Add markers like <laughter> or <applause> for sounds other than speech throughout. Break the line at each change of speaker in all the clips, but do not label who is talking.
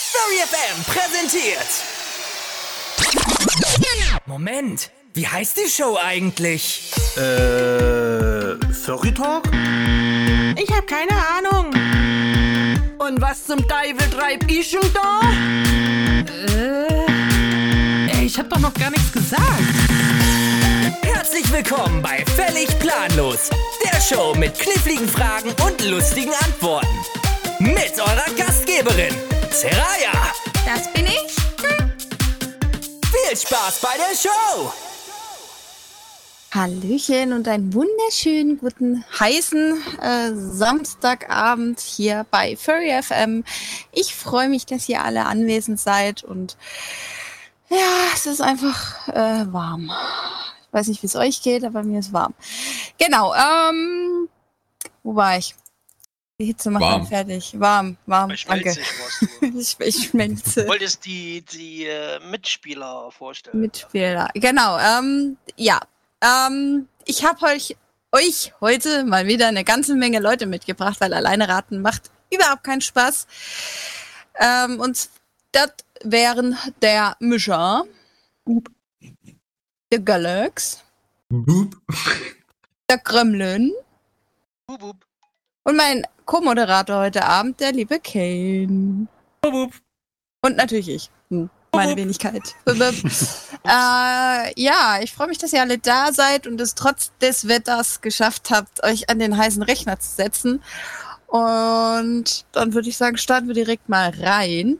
Story FM präsentiert. Moment, wie heißt die Show eigentlich?
Äh, Furry Talk?
Ich hab keine Ahnung.
Und was zum Teufel treib ich schon da?
Äh, ey, ich hab doch noch gar nichts gesagt.
Herzlich willkommen bei Völlig Planlos, der Show mit kniffligen Fragen und lustigen Antworten. Mit eurer Gastgeberin, Seraya.
Das bin ich.
Viel Spaß bei der Show.
Hallöchen und einen wunderschönen guten heißen äh, Samstagabend hier bei Furry FM. Ich freue mich, dass ihr alle anwesend seid und ja, es ist einfach äh, warm. Ich weiß nicht, wie es euch geht, aber mir ist warm. Genau, ähm, wo war ich? Die Hitze macht warm. fertig. Warm, warm. Ich <laughs> danke. ich, <laughs> ich schmelze.
Du wolltest die, die äh, Mitspieler vorstellen.
Mitspieler, genau. Ähm, ja, ähm, ich habe euch, euch heute mal wieder eine ganze Menge Leute mitgebracht, weil alleine raten macht überhaupt keinen Spaß. Ähm, und das wären der Mischer, der Galax, der Kremlin und mein Co-Moderator heute Abend, der liebe Kane. Und natürlich ich. Hm meine Wenigkeit. äh, ja, ich freue mich, dass ihr alle da seid und es trotz des Wetters geschafft habt, euch an den heißen Rechner zu setzen. Und dann würde ich sagen, starten wir direkt mal rein.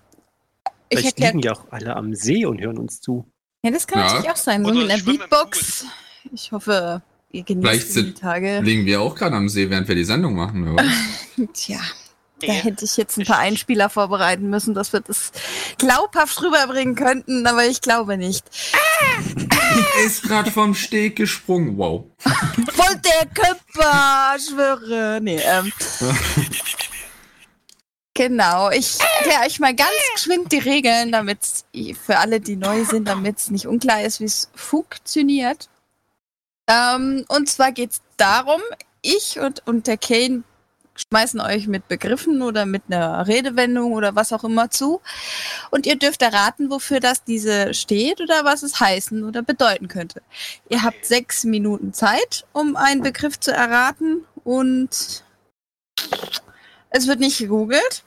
Ich Vielleicht erklär... liegen ja auch alle am See und hören uns zu.
Ja, das kann ja. natürlich auch sein. So Oder mit einer Beatbox. Ich hoffe, ihr genießt
Vielleicht sind, die Tage. liegen wir auch gerade am See, während wir die Sendung machen.
Tja. Da hätte ich jetzt ein paar Einspieler vorbereiten müssen, dass wir das glaubhaft rüberbringen könnten, aber ich glaube nicht.
Ist gerade vom Steg gesprungen, wow.
Voll der Köpfer, schwöre. Nee, ähm. Genau, ich erkläre euch mal ganz geschwind die Regeln, damit für alle, die neu sind, damit es nicht unklar ist, wie es funktioniert. Ähm, und zwar geht es darum, ich und, und der Kane schmeißen euch mit Begriffen oder mit einer Redewendung oder was auch immer zu. Und ihr dürft erraten, wofür das diese steht oder was es heißen oder bedeuten könnte. Ihr habt sechs Minuten Zeit, um einen Begriff zu erraten und es wird nicht gegoogelt,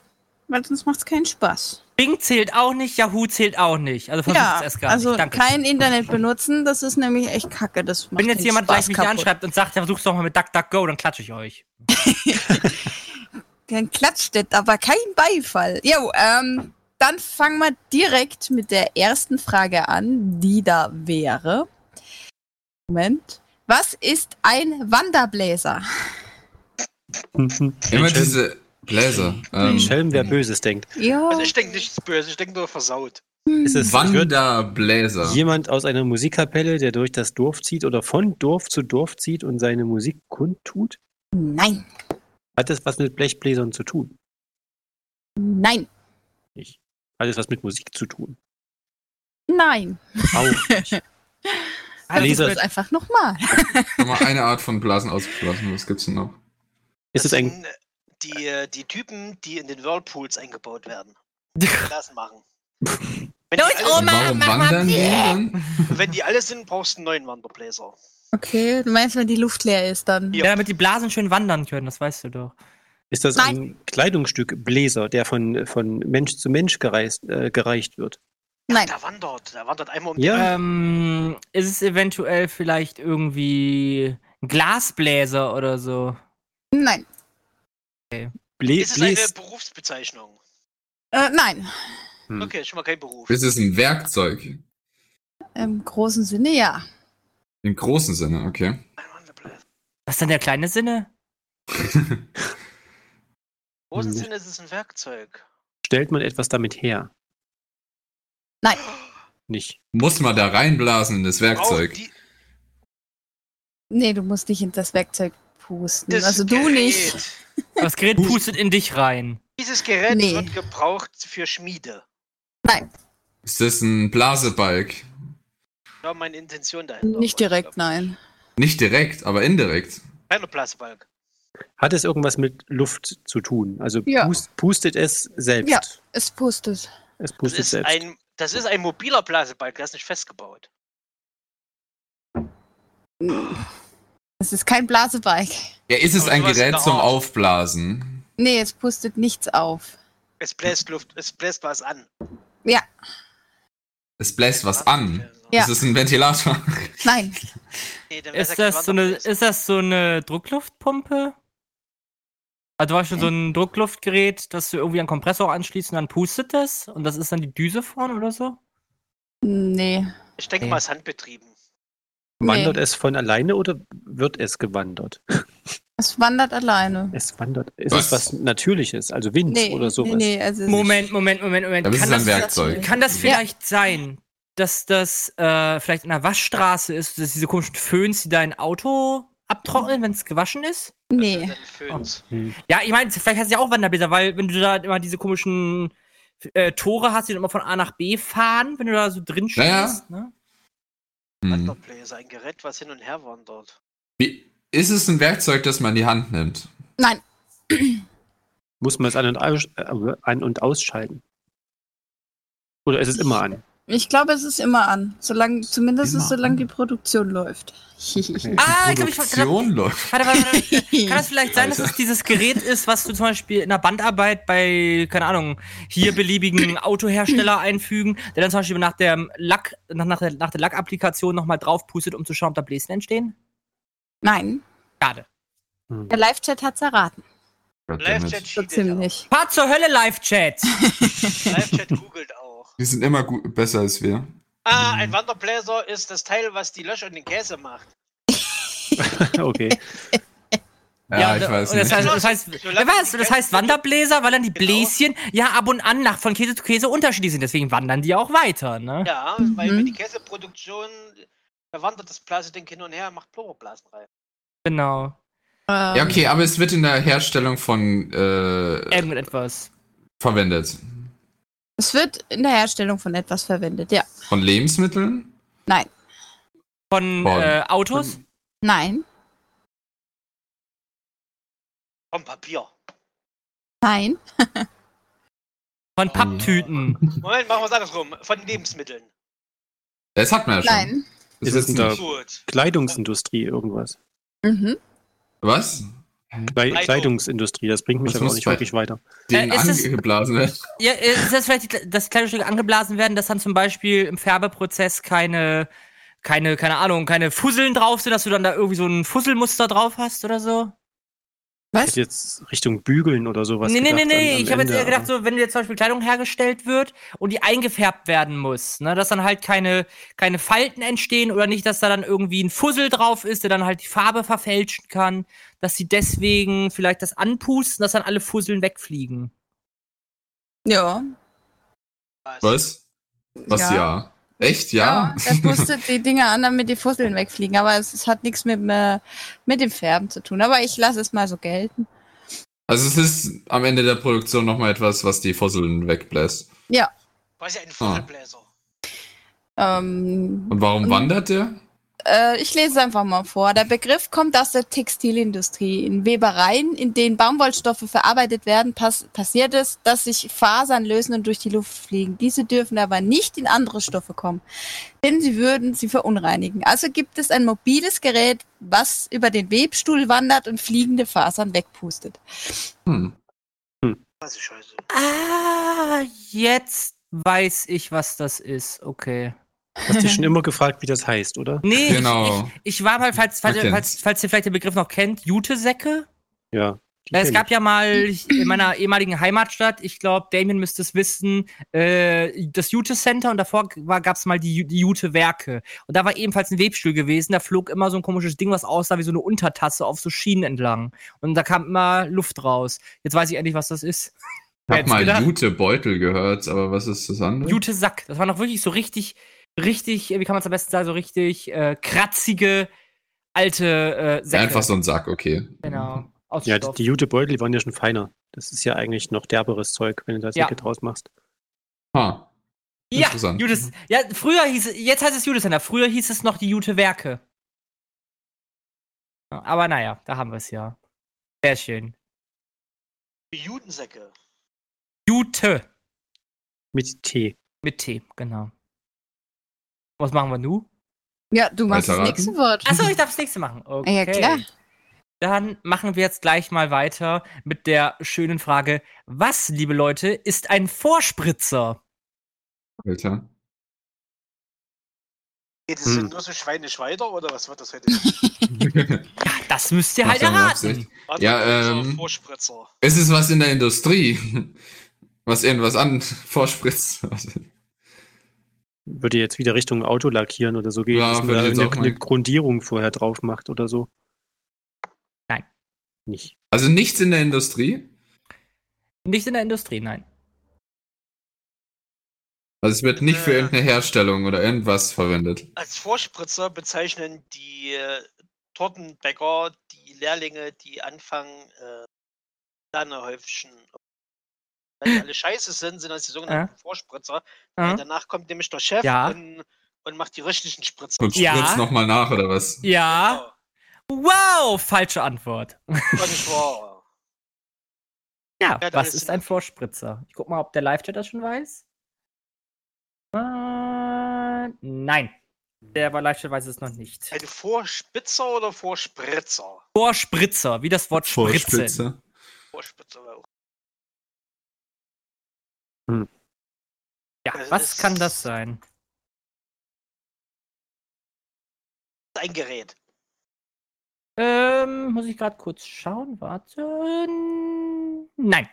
weil sonst macht es keinen Spaß.
Bing zählt auch nicht, Yahoo zählt auch nicht. Also
ja, es gar also nicht. Danke. kein Internet benutzen, das ist nämlich echt kacke. Das
Wenn jetzt jemand Spaß gleich mich kaputt. anschreibt und sagt, ja, versuch's doch mal mit DuckDuckGo, dann klatsche ich
<laughs>
euch.
dann klatscht das, aber kein Beifall. Jo, ähm, dann fangen wir direkt mit der ersten Frage an, die da wäre. Moment. Was ist ein Wanderbläser?
Immer diese Bläser.
Ähm, Schelm, wer Böses denkt.
Ja. Also ich denke nichts Böses, ich denke nur versaut.
Es ist Wanderbläser.
Jemand aus einer Musikkapelle, der durch das Dorf zieht oder von Dorf zu Dorf zieht und seine Musik kundtut?
hm, Nein.
Hat das was mit Blechbläsern zu tun?
Nein.
Nicht. Hat das was mit Musik zu tun?
Nein.
Auch nicht.
Bläser. Also, einfach nochmal.
Nochmal eine Art von Blasen ausgeschlossen. Was gibt's denn noch?
Ist es ein die, äh, die Typen, die in den Whirlpools eingebaut werden. Das machen.
<laughs> Wenn Los,
Oh,
um! Oma,
Warum mach wandern die dann?
<laughs> Wenn die alle sind, brauchst du einen neuen Wanderbläser.
Okay, du meinst, wenn die Luft leer ist, dann.
Ja, damit die Blasen schön wandern können, das weißt du doch.
Ist das Nein. ein Kleidungsstück Bläser, der von, von Mensch zu Mensch gereist, äh, gereicht wird?
Nein.
Ja, der wandert, der wandert einmal um
ja. ähm, Ist es eventuell vielleicht irgendwie ein Glasbläser oder so?
Nein.
Blä ist es eine Berufsbezeichnung?
Äh, nein.
Hm. Okay, schon mal kein Beruf.
Ist es ein Werkzeug?
Im großen Sinne ja.
Im großen Sinne, okay. <laughs>
Was ist denn der kleine Sinne?
Im großen hm. Sinne ist es ein Werkzeug.
Stellt man etwas damit her?
Nein.
Nicht.
Muss man da reinblasen in das Werkzeug? Oh,
nee, du musst nicht in das Werkzeug pusten. Das also du
Gerät.
nicht.
Das Gerät pustet in dich rein.
Dieses Gerät nee. wird gebraucht für Schmiede.
Nein.
Ist das ein Blasebalg?
Ja, meine Intention dahinter.
Nicht direkt, nein.
Nicht direkt, aber indirekt.
Keine Blasebalg.
Hat es irgendwas mit Luft zu tun? Also ja. pustet es selbst?
Ja, es pustet.
Es
Das
pustet
ist,
selbst.
ein, das ist ein mobiler Blasebalg, der ist nicht festgebaut.
Es ist kein Blasebalg.
Ja, ist es
Aber
ein
du hast
Gerät zum
gehauen.
Aufblasen?
Nee, es pustet nichts auf.
Es bläst Luft, es bläst was an.
Es bläst was an.
Ja.
Ist es ein Ventilator?
Nein.
Nee, dann wär's ja
Ist
kein
das, so eine,
Wanderbläser.
ist das so eine Druckluftpumpe? Also du hast schon so ein Druckluftgerät, das du irgendwie an den Kompressor anschließt und dann pustet das und das ist dann die Düse vorne oder so?
Nee.
Ich denke mal, es ist handbetrieben.
Wandert
nee.
es von alleine oder wird es gewandert?
Es wandert alleine.
Es wandert. Ist
Was?
es was Natürliches, also Wind
Nee,
oder sowas?
nee, nee, also es
Moment, Moment, Moment,
Da
Moment.
ist es
Kann
ein
das,
Werkzeug.
kann das vielleicht sein, dass das äh, vielleicht in einer Waschstraße ist, dass diese komischen Föhns, die dein Auto abtrocknen, wenn es gewaschen ist?
Ist, nee.
Also Dann Föhn's.
Ja, ich meine, vielleicht hast du ja auch Wanderbläser, weil wenn du da immer diese komischen äh, Tore hast, die dann immer von A nach B fahren, wenn du da so drin
Ja, ja.
stehst. Ne?
Hm.
Wanderbläser, ein Gerät, was hin und her wandert.
Wie, ist es ein Werkzeug, das man in die Hand nimmt?
Nein.
Muss man es an und, aus, äh, an und ausschalten? Oder ist es immer an? <laughs>
Ich glaube, es ist immer an. Solange, zumindest
Immer
ist, solange
an.
die Produktion läuft. Hihihi.
Ah, ich glaube, ich
Produktion läuft.
Warte, warte, warte.
<laughs>
Kann es vielleicht sein, dass es
Alter.
dieses Gerät ist, was du zum Beispiel in der Bandarbeit bei, keine Ahnung, hier
<clears throat>
beliebigen Autohersteller einfügen, der dann zum Beispiel nach der Lack, nach, nach der, nach der Lackapplikation nochmal draufpustet, um zu schauen, ob da Bläschen entstehen?
<laughs> Nein.
Schade.
Hm.
Der Live-Chat hat's erraten.
Live-Chat
So
cheatet
ziemlich.
Fahrt zur Hölle, Live-Chat!
auch. Live-Chat googelt auch.
Wir sind immer gut, besser als wir.
Ah, ein Wanderbläser ist das Teil, was die Lösch und den Käse macht.
<laughs>
okay.
Ja,
und-
ich weiß
und das
nicht.
heißt, das heißt,
Solange
ja, was?
die
das
Käse-
heißt Wanderbläser, weil dann die
Genau.
Bläschen ja ab und an nach, von Käse zu Käse unterschiedlich sind. Deswegen wandern die auch weiter, ne?
Ja, weil
Mhm.
wenn die Käseproduktion, da wandert das Blaseding hin und her, macht Pluroblasen rein.
Genau.
Ähm,
Ja, okay, aber es wird in der Herstellung von äh,
Ähm, Irgendetwas.
verwendet.
Es wird in der Herstellung von etwas verwendet, ja.
Von Lebensmitteln?
Von
Von-
äh, Autos?
Nein.
Vom Papier.
Nein.
Von Papptüten.
Moment, machen wir es andersrum. Von Lebensmitteln.
Das hat man ja schon.
Nein.
Das
Ist es
wissen
ein
wir.
Dog?
Gut.
Kleidungsindustrie, irgendwas.
Mhm.
Was?
Äh,
Klei-
Kleidung.
Kleidungsindustrie, das bringt mich
Das
aber auch
muss
nicht
bei-
wirklich weiter.
Den
Äh, ist es-
angeblasen wird.
Ja, äh, ist das vielleicht, die- dass kleine Stücke angeblasen werden, dass dann zum Beispiel im Färbeprozess keine, keine, keine Ahnung, keine Fusseln drauf sind, dass du dann da irgendwie so ein Fusselmuster drauf hast oder so?
Ich hätte jetzt Richtung Bügeln oder sowas.
nee, nee, nee,
gedacht
nee,
am- am
ich habe jetzt
Ende,
eher gedacht, so, wenn jetzt zum Beispiel Kleidung hergestellt wird und die eingefärbt werden muss, ne, dass dann halt keine, keine Falten entstehen oder nicht, dass da dann irgendwie ein Fussel drauf ist, der dann halt die Farbe verfälschen kann, dass sie deswegen vielleicht das anpusten, dass dann alle Fusseln wegfliegen.
Ja.
Was? Was ja? Echt, ja?
Ja, er pustet die Dinger an, damit die Fusseln wegfliegen. Aber es, es hat nichts mit, äh, mit dem Färben zu tun. Aber ich lasse es mal so gelten.
Also es ist am Ende der Produktion nochmal etwas, was die Fossilien wegbläst.
Was ist ein
Ah.
Fusselbläser?
Ähm,
Und warum
Mhm.
Und-
wandert der?
äh, ich lese es einfach mal vor. Der Begriff kommt aus der Textilindustrie. In Webereien, in denen Baumwollstoffe verarbeitet werden, pass passiert es, dass sich Fasern lösen und durch die Luft fliegen. Diese dürfen aber nicht in andere Stoffe kommen, denn sie würden sie verunreinigen. Also gibt es ein mobiles Gerät, was über den Webstuhl wandert und fliegende Fasern wegpustet.
Hm.
Was ist Scheiße?
Ah, jetzt weiß ich, was das ist. Okay.
Hast dich schon immer gefragt, wie das heißt, oder?
Nee, ich-
Genau.
ich, ich war mal, falls, falls,
Man kennt's.
falls, falls ihr vielleicht den Begriff noch kennt, Jutesäcke.
Ja. die
Äh, Es
kenn
gab ja mal ich- in meiner ehemaligen Heimatstadt, ich glaube, Damien müsste es wissen, äh, das Jute-Center und davor gab es mal die, Ju- die Jute-Werke. Und da war ebenfalls ein Webstuhl gewesen, da flog immer so ein komisches Ding, was aussah wie so eine Untertasse auf so Schienen entlang. Und da kam immer Luft raus. Jetzt weiß ich endlich, was das ist.
Ich
Wer
hab
hätt's
mal
gedacht?
Jutebeutel gehört, aber was ist das andere?
Jute-Sack. Das waren noch wirklich so richtig, richtig, äh, wie kann man es am besten sagen, so richtig äh, kratzige alte äh,
Ja,
Säcke.
einfach so ein Sack, okay.
Genau. Aus
ich. Ja, die,
Stoff.
die Jutebeutel, die waren ja schon feiner. Das ist ja eigentlich noch derberes Zeug, wenn du da
Ja.
Säcke draus machst.
Ha.
Ja,
Interessant.
Judas. Ja, früher hieß es, jetzt heißt es Judas Center. Früher hieß es noch die Jute Werke. Ja, Aber naja, da haben wir es ja. Sehr schön.
Die Judensäcke.
Jute.
Mit T.
Mit T, genau. Was machen wir nu?
Ja, du machst
Weiter
das
raten?
nächste Wort.
Achso, ich darf das nächste machen. Okay.
Ja, klar.
Dann machen wir jetzt gleich mal weiter mit der schönen Frage: Was, liebe Leute, ist ein Vorspritzer?
Alter. <laughs>
Geht es
Hm.
denn nur so schweinisch weiter oder was wird das
<laughs>
heute?
Das müsst ihr
Macht
halt
er mit
erraten.
Absicht.
Warte,
Ja,
unser
ähm,
Vorspritzer.
Es ist was in der Industrie, was irgendwas an <laughs> vorspritzt.
Würde jetzt wieder Richtung Auto lackieren oder so gehen,
Ja,
dass man
würde
da
ich jetzt
eine,
auch
eine
meinen.
Grundierung vorher drauf macht oder so.
Nein.
Nicht.
Also nichts in der Industrie.
Nicht in der Industrie, nein.
Also es wird nicht für
Äh.
irgendeine Herstellung oder irgendwas verwendet.
Als Vorspritzer bezeichnen die äh, Tortenbäcker die Lehrlinge, die anfangen, äh, Sahnehäufchen. Weil
<laughs>
die alle scheiße sind, sind das die sogenannten Vorspritzer. Weil
Äh?
danach kommt nämlich der Chef
Ja.
und, und macht die richtigen Spritzer.
Und
Ja.
spritzt nochmal nach oder was?
Ja.
Genau.
Wow, falsche Antwort.
Und ich war.
Ja,
Ja, da
was
ist
ist
sie.
ein Vorspritzer? Ich guck mal, ob der Live-Chat das schon weiß. Äh, nein. Der bei Live-Chat weiß es noch nicht.
Ein Vorspitzer oder Vorspritzer?
Vorspritzer, wie das Wort Spritze.
Vorspritze.
Vorspritzer war auch.
Ja,
Also
was
das-
kann das sein?
Ein Gerät.
Ähm, muss ich gerade kurz schauen. Warte. Nein.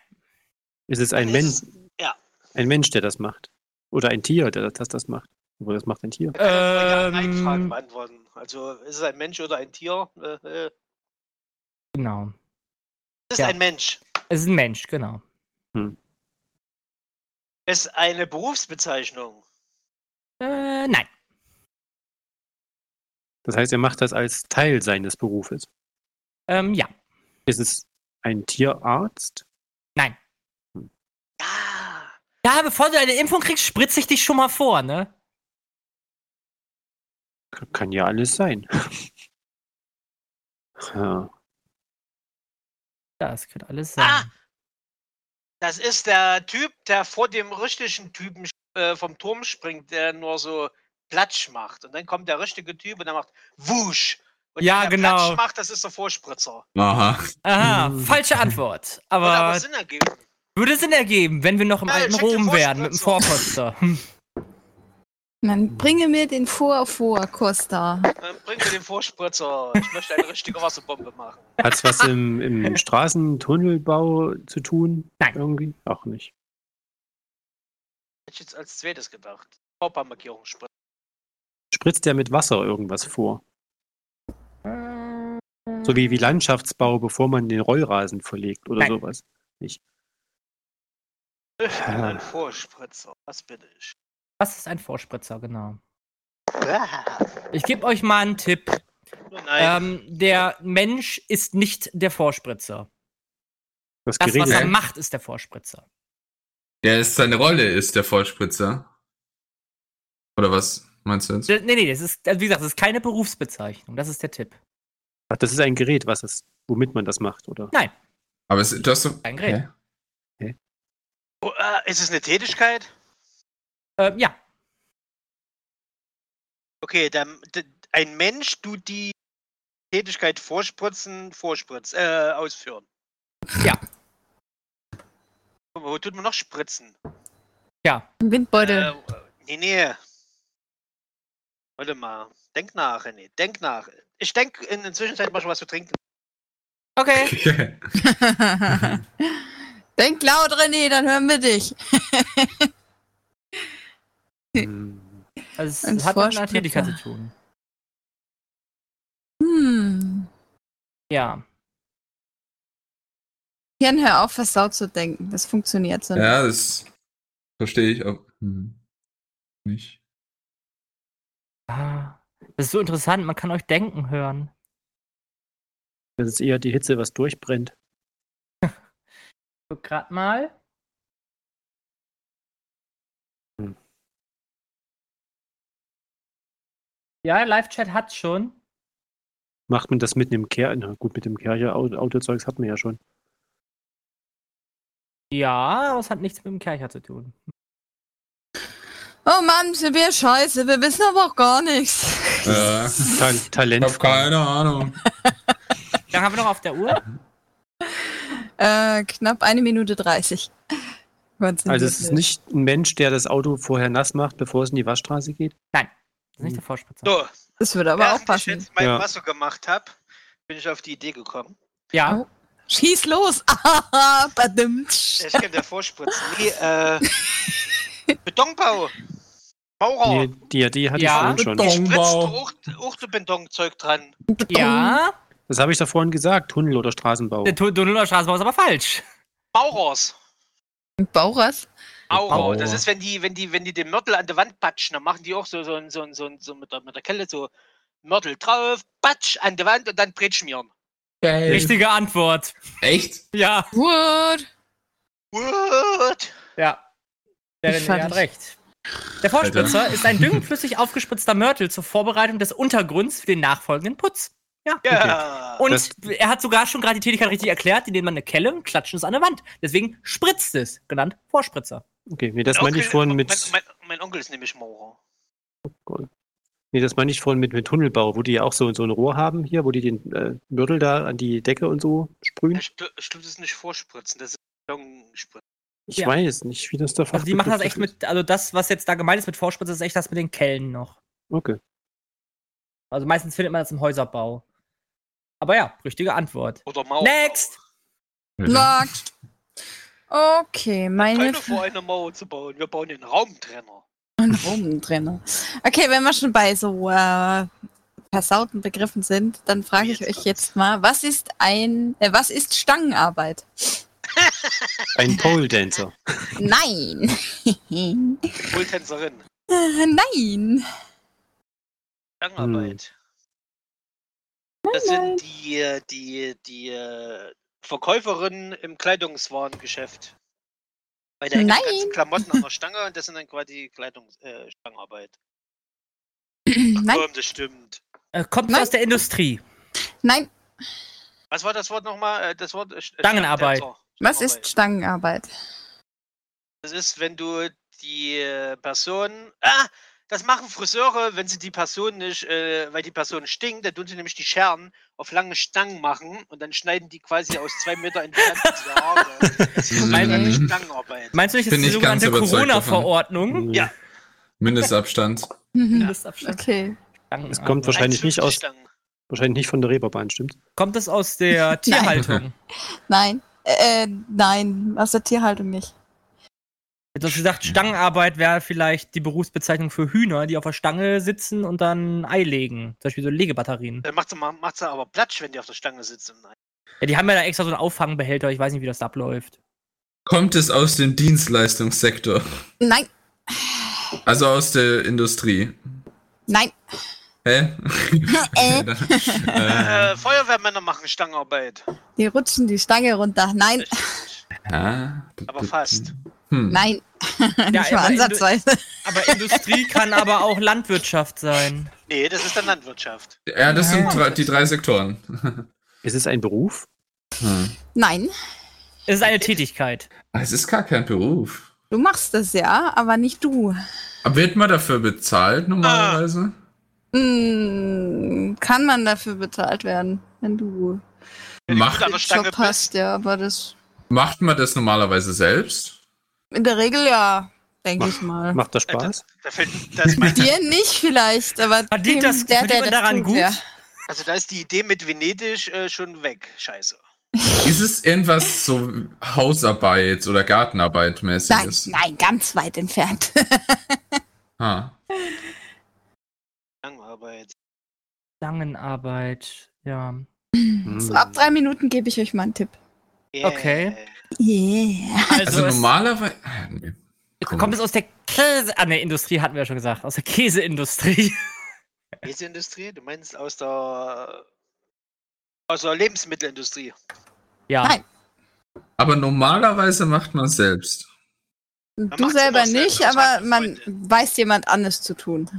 Es ist ein
Es
Mensch.
ist- ja.
Ein Mensch, der das macht. Oder ein Tier, der das, das, das macht. Obwohl, das macht ein Tier.
Wir können das mal ja- nein Fragen
Ähm,
beantworten. Also, ist es ein Mensch oder ein Tier? Äh, äh,
genau.
es ist
Ja.
ein Mensch.
Es ist ein Mensch, genau.
Es ist eine Berufsbezeichnung.
Äh, nein.
Das heißt, er macht das als Teil seines Berufes.
Ähm, ja.
Ist es ein Tierarzt?
Ja.
Ja, bevor du eine Impfung kriegst, spritze ich dich schon mal vor, ne?
K- Kann ja alles sein. <laughs> ja.
Ja, das könnte alles sein.
Ah! Das ist der Typ, der vor dem richtigen Typen äh, vom Turm springt, der nur so Platsch macht. Und dann kommt der richtige Typ und der macht Wusch. Und
Ja,
der
genau.
Platsch macht, das ist der Vorspritzer.
Aha.
Aha,
Hm.
falsche Antwort.
Würde
Aber
aber Sinn ergeben.
würde Sinn ergeben, wenn wir noch im
Ja,
alten
schick den
Rom wären mit dem Vorputzer.
Dann bringe mir den vor, vor, Costa.
Dann bringen wir den Vorspritzer. Ich möchte eine richtige Wasserbombe machen.
Hat es was im,
<laughs>
im Straßentunnelbau zu tun?
Nein.
Irgendwie? Auch nicht.
Hätte ich jetzt als zweites gedacht. Körpermarkierungsspritzer.
Spritzt er mit Wasser irgendwas vor? So wie, wie Landschaftsbau, bevor man den Rollrasen verlegt oder
Nein.
sowas.
Ich bin
Ah.
ein Vorspritzer. Was bin ich?
Was ist ein Vorspritzer, genau?
Ah,
Ich gebe euch mal einen Tipp.
oh nein.
Ähm, der Mensch ist nicht der Vorspritzer.
Das,
Das, was
geringe,
er macht, ist der Vorspritzer.
Der ist seine Rolle, ist der Vorspritzer. Oder was meinst du jetzt?
D- Nee, nee, das ist, also wie gesagt, das ist keine Berufsbezeichnung. Das ist der Tipp.
Ach, das ist ein Gerät, was es, womit man das macht, oder?
Aber es, du hast so.
<laughs> Ein Gerät.
Hä?
oh, äh, ist es eine Tätigkeit?
Ähm, ja,
Okay, dann, d- ein Mensch tut die Tätigkeit vorspritzen, vorspritz, äh, ausführen.
Ja.
Wo wo tut man noch spritzen?
ja.
Im
Ähm. <laughs>
Windbeutel.
Äh, nee, nee. Warte mal. Denk nach, René. Denk nach. Ich denke in der Zwischenzeit mal schon was zu trinken.
Okay.
<laughs> Denk laut, René, dann hören wir dich.
Hm.
Also
Ein
es hat mit einer
Vorspritzer.
Tätigkeit zu tun.
Hm.
Ja.
Hirn, hör auf, versaut zu denken. Das funktioniert so. nicht.
Ja, das verstehe ich. Ob, hm, nicht.
Ah, Das ist so interessant. Man kann euch denken hören.
Das ist eher die Hitze, was durchbrennt.
Guck grad mal.
Hm.
Ja, Live-Chat hat schon.
Macht man das mit einem Kerl? Na gut, mit dem Kercher-Autozeugs hat man ja schon.
Ja, aber es hat nichts mit dem Kercher zu tun.
Oh Mann, sind wir scheiße, wir wissen aber auch gar nichts.
Äh,
Ta
ich hab
Talent.
keine Ahnung.
Dann haben wir noch auf der Uhr.
<laughs> Äh, knapp eine Minute 30.
Also es ist nicht ein Mensch, der das Auto vorher nass macht, bevor es in die Waschstraße geht.
Das ist nicht der Vorspritzer.
So,
Das würde aber auch
während ich
passen.
jetzt mein
Ja.
Masso gemacht habe, bin ich auf die
<laughs>
Idee gekommen.
Ja.
Schieß los! <laughs> Ahaha, badimtsch.
Ich kann der vorspritzen. Nee,
<laughs>
äh. Betonbau. Maurer.
Nee, die, die hatte
Oh. Ja.
ich vorhin schon.
Spritzt
Betonbau.
du auch, auch du Betonzeug dran.
Ja.
Das habe ich doch vorhin gesagt, Tunnel oder Straßenbau.
Der Tu- Tunnel oder Straßenbau ist aber falsch.
Maurers.
Bauras?
Aura.
Maurer.
Das ist, wenn die, wenn die, wenn die den Mörtel an der Wand patschen, dann machen die auch so, so, ein- so, ein- so, ein- so mit, der, mit der Kelle so Mörtel drauf, patsch an der Wand und dann bretschmieren.
Geil.
Richtige Antwort.
Echt?
Ja.
What?
What?
Ja. Der
Ich
René
fand
hat
ich-
recht. Der Vorspritzer ist ein dünnflüssig aufgespritzter Mörtel zur Vorbereitung des Untergrunds für den nachfolgenden Putz.
Ja.
Und
Das-
er hat sogar schon gerade die Tätigkeit richtig erklärt, indem man eine Kelle und klatscht es an der Wand. Deswegen spritzt es, genannt Vorspritzer.
Okay, nee, das
Genau, Mein
meinte ich
Onkel-
vorhin mit,
Mein, mein, mein Onkel ist nämlich Maurer.
nee, das meinte ich vorhin mit, mit Tunnelbau, wo die ja auch so, so ein Rohr haben hier, wo die den äh, Mörtel da an die Decke und so sprühen.
Ich gl- ich glaube, das ist nicht Vorspritzen, das ist Betonspritzen.
Ich
Ja.
weiß nicht, wie das da
Also die machen das echt
fachbegrifflich
mit, also das, was jetzt da gemeint ist mit Vorspritzer, ist echt das mit den Kellen noch.
ist. Okay.
Also meistens findet man das im Häuserbau. Aber ja, richtige Antwort.
Oder Mauer.
Next!
Mhm.
Next. Okay, meine
Keine vor, eine Mauer zu bauen. Wir bauen den Raumtrenner.
Oben drin. Okay, wenn wir schon bei so äh, versauten Begriffen sind, dann frage ich
Jetzt
euch jetzt mal, was ist ein, äh, was ist Stangenarbeit?
Ein
<laughs>
Pole Dancer.
Nein. <laughs>
Wohltänzerin.
Nein.
Langarbeit. Das sind die, die, die äh, Verkäuferinnen im Kleidungswarengeschäft. Weil da hängen die
Nein.
ganzen
<laughs>
Klamotten an der Stange und das sind dann quasi Kleidungs äh, Stangenarbeit.
Nein,
Komm, das stimmt.
Äh, kommt
Nein.
aus der Industrie.
nein.
Was war das Wort nochmal? Äh, Das Wort äh,
Stangenarbeit.
Stangendänzer.
Was
Stangenarbeit.
ist Stangenarbeit?
Das ist, wenn du die äh, Person. Ah, das machen Friseure, wenn sie die Person nicht, äh, weil die Person stinkt, dann tun sie nämlich die Scheren auf lange Stangen machen und dann schneiden die quasi aus zwei Meter entfernt die Haare. Das ist
Meine-
meine Stangenarbeit.
Meinst du nicht, das
Bin
ist die
nicht ganz
sogenannte
überzeugt davon.
Corona-Verordnung?
Mhm.
Ja.
Mindestabstand.
Mindestabstand.
<laughs> Okay.
Es kommt wahrscheinlich nicht aus,
1,50 Stangen.
wahrscheinlich nicht von der Reeperbahn, stimmt?
Kommt es aus <laughs> der Tierhaltung?
Nein. Äh, äh, nein, aus der Tierhaltung nicht.
Hätte ich gesagt, Also Stangenarbeit wäre vielleicht die Berufsbezeichnung für Hühner, die auf der Stange sitzen und dann Ei legen. Zum Beispiel so Legebatterien.
Dann macht sie, ma- macht sie aber Platsch, wenn die auf der Stange sitzen. Nein.
Ja, die haben ja da extra so einen Auffangbehälter. Ich weiß nicht, wie das da abläuft.
Kommt es aus dem Dienstleistungssektor?
Nein,
Also aus der Industrie?
nein.
Hä?
Äh,
<laughs> äh,
Äh, Feuerwehrmänner machen Stangenarbeit.
die rutschen die Stange runter. Nein,
ja.
Aber fast.
Hm.
nein. <laughs> nicht
aber
mal
in-
ansatzweise.
Aber <laughs> Industrie kann aber auch Landwirtschaft sein.
Nee, das ist dann Landwirtschaft.
Ja, das sind drei- die drei Sektoren.
Ist es ein Beruf?
Hm.
Nein,
Es ist eine Tätigkeit.
Ah, Es ist gar kein Beruf.
du machst das ja, aber nicht du.
Aber wird man dafür bezahlt normalerweise?
Ah.
Hm, kann man dafür bezahlt werden, wenn du
Macht,
An der Stange
Job hast, ja, aber das
macht man das normalerweise selbst?
in der Regel ja, denke ich mal.
Macht das Spaß?
Da fällt, das mein,
Dir nicht vielleicht, aber
Verdient das- verdient man daran
tut,
gut?
ja.
also da ist die Idee mit Venedig äh, schon weg. Scheiße.
Ist es irgendwas so Hausarbeit oder Gartenarbeit
Nein,
mäßiges?
nein, ganz weit entfernt. <laughs>
Ah.
Stangenarbeit.
Stangenarbeit, ja.
Hm,
So, ab drei Minuten gebe ich euch mal einen Tipp.
Yeah.
Okay.
Äh,
Yeah.
Also,
Also,
normalerweise. Ah, nee.
es, kommt es aus der Käse. Ah, ne, Industrie hatten wir ja schon gesagt. Aus der Käseindustrie. <laughs>
Käseindustrie? Du meinst aus der aus der Lebensmittelindustrie.
Ja.
Nein.
Aber normalerweise macht man es selbst.
Du
macht's
selber
immer selber,
nicht,
das
aber
machen
man
Freunde.
weiß jemand anderes zu tun.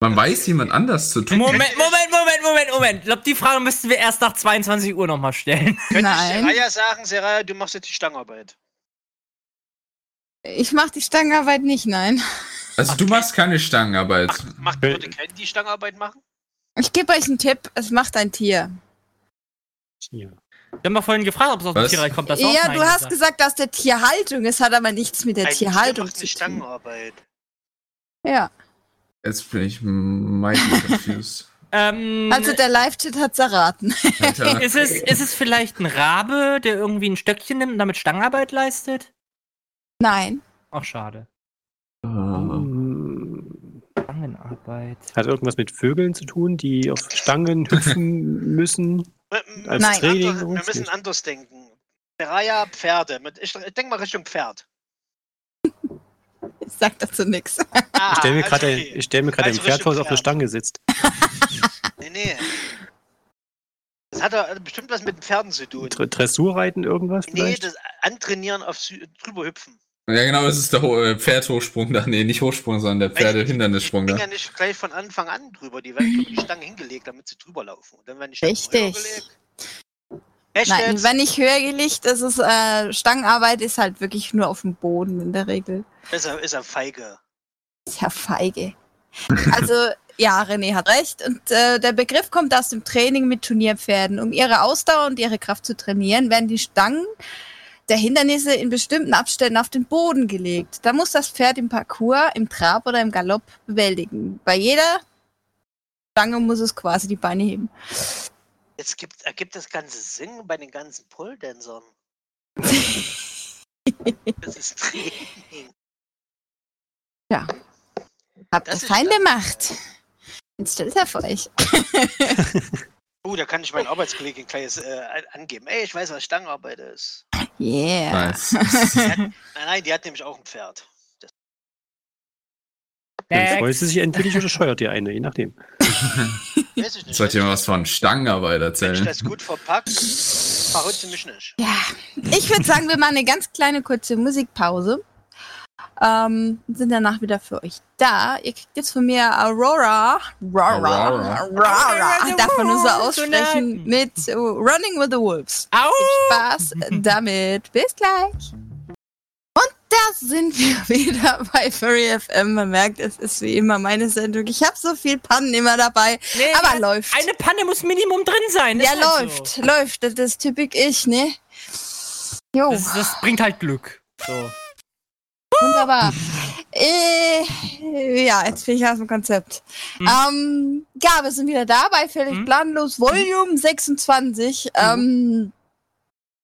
Man weiß jemand anders zu tun.
Äh,
Moment, Moment, Moment, Moment, Moment. Ich glaube, die Frage müssten wir erst nach 22 Uhr nochmal stellen.
Könnte ich
Nein,
Seraya sagen, Seraya, du machst jetzt die Stangenarbeit.
ich mache die Stangenarbeit nicht, nein.
Also du machst keine Stangenarbeit.
Macht, macht
Wel-
würde Ken die Stangenarbeit machen?
Ich gebe euch einen Tipp, es macht ein Tier.
Tier.
Wir haben doch vorhin gefragt, ob es aus dem
Was?
Tierreich kommt. Das ist auch
Ja,
Nein
du hast gesagt, dass der Tierhaltung ist, hat aber nichts mit der
Ein Tier
Tierhaltung
macht eine
zu tun.
Stangenarbeit.
Ja.
Jetzt bin ich mighty confused.
Ähm,
Also der Live-Chat hat's erraten. <laughs>
Alter.
ist, es, ist es vielleicht ein Rabe, der irgendwie ein Stöckchen nimmt und damit Stangenarbeit leistet?
Nein.
Ach, schade.
Ah.
Hm.
Stangenarbeit.
Hat irgendwas mit Vögeln zu tun, die auf
<laughs>
Stangen hüpfen müssen?
Wir, wir
Als
müssen
Training
anders, wir
uns
müssen
nicht.
anders denken. Beraya, Pferde. Mit- Ich, ich denke mal Richtung Pferd.
Ich sag dazu nichts.
Ah,
Ich stelle mir
also
gerade
okay.
ich stell mir gerade
Also
ein Pferd vor, das
Richtung
auf
Pferd.
einer Stange sitzt.
Nee, nee. Das hat doch bestimmt was mit den Pferden zu tun.
Dre- Dressurreiten, irgendwas
Nee,
vielleicht?
das Antrainieren auf Sü drüber hüpfen.
Ja, genau, es ist der Ho äh, Pferdhochsprung da. Nee, nicht Hochsprung, sondern der Pferdehindernisprung
Die
da.
gehen ja nicht gleich von Anfang an drüber. Die werden über die Stange hingelegt, damit sie drüber laufen. Und dann werden die Stangen
Richtig.
höher gelegt. Echt
Nein,
jetzt?
wenn ich höher gelegt, das ist äh, Stangenarbeit ist halt wirklich nur auf dem Boden in der Regel.
Ist er, ist er feige.
Ist ja
<laughs>
feige. Also ja, René hat recht. Und äh, der Begriff kommt aus dem Training mit Turnierpferden. Um ihre Ausdauer und ihre Kraft zu trainieren, werden die Stangen der Hindernisse in bestimmten Abständen auf den Boden gelegt. Da muss das Pferd im Parcours, im Trab oder im Galopp bewältigen. Bei jeder Stange muss es quasi die Beine heben.
Jetzt gibt, ergibt das ganze Sinn bei den ganzen
<laughs>
Pole-Dancern. das ist Training.
Habt
Das
ihr
ist
fein
das.
gemacht. Jetzt stellt er für euch. <laughs>
Oh, da kann ich meinen Arbeitskollegen gleich äh, an- angeben. Ey, ich weiß, was Stangenarbeit ist.
Yeah.
Nice. <laughs>
Nein, nein, die hat nämlich auch ein Pferd.
Dann
Next.
freut sie sich entweder oder scheuert ihr eine, je nachdem.
Weiß ich nicht.
Sollt ihr
wenn
mal
ich
was von Stangenarbeit
das- Wenn ich
erzählen?
das gut verpackt, verhaut sie mich nicht.
Ja, ich würde sagen, wir machen eine ganz kleine kurze Musikpause. Ähm, und sind danach wieder für euch da. Ihr kriegt jetzt von mir Aurora. Aurora.
Aurora.
Aurora. Aurora. Darf man nur so
Aurora
aussprechen
tonight.
mit äh, Running with the Wolves.
Au!
Spaß damit. Bis gleich. Und da sind wir <laughs> wieder bei Furry FM. Man merkt, es ist wie immer meine Sendung. Ich habe so viel Pannen immer dabei,
Nee,
aber
ja,
läuft.
Eine Panne muss Minimum drin sein. das
Ja,
ist halt
läuft,
So.
läuft. Das ist typisch ich, ne? Jo,
Das, das bringt halt Glück. So.
wunderbar. äh, ja, jetzt bin ich aus dem Konzept.
Mhm.
Ähm, ja, wir sind wieder da bei Völlig
Mhm.
Planlos, Volume 26.
Hm.
Ähm,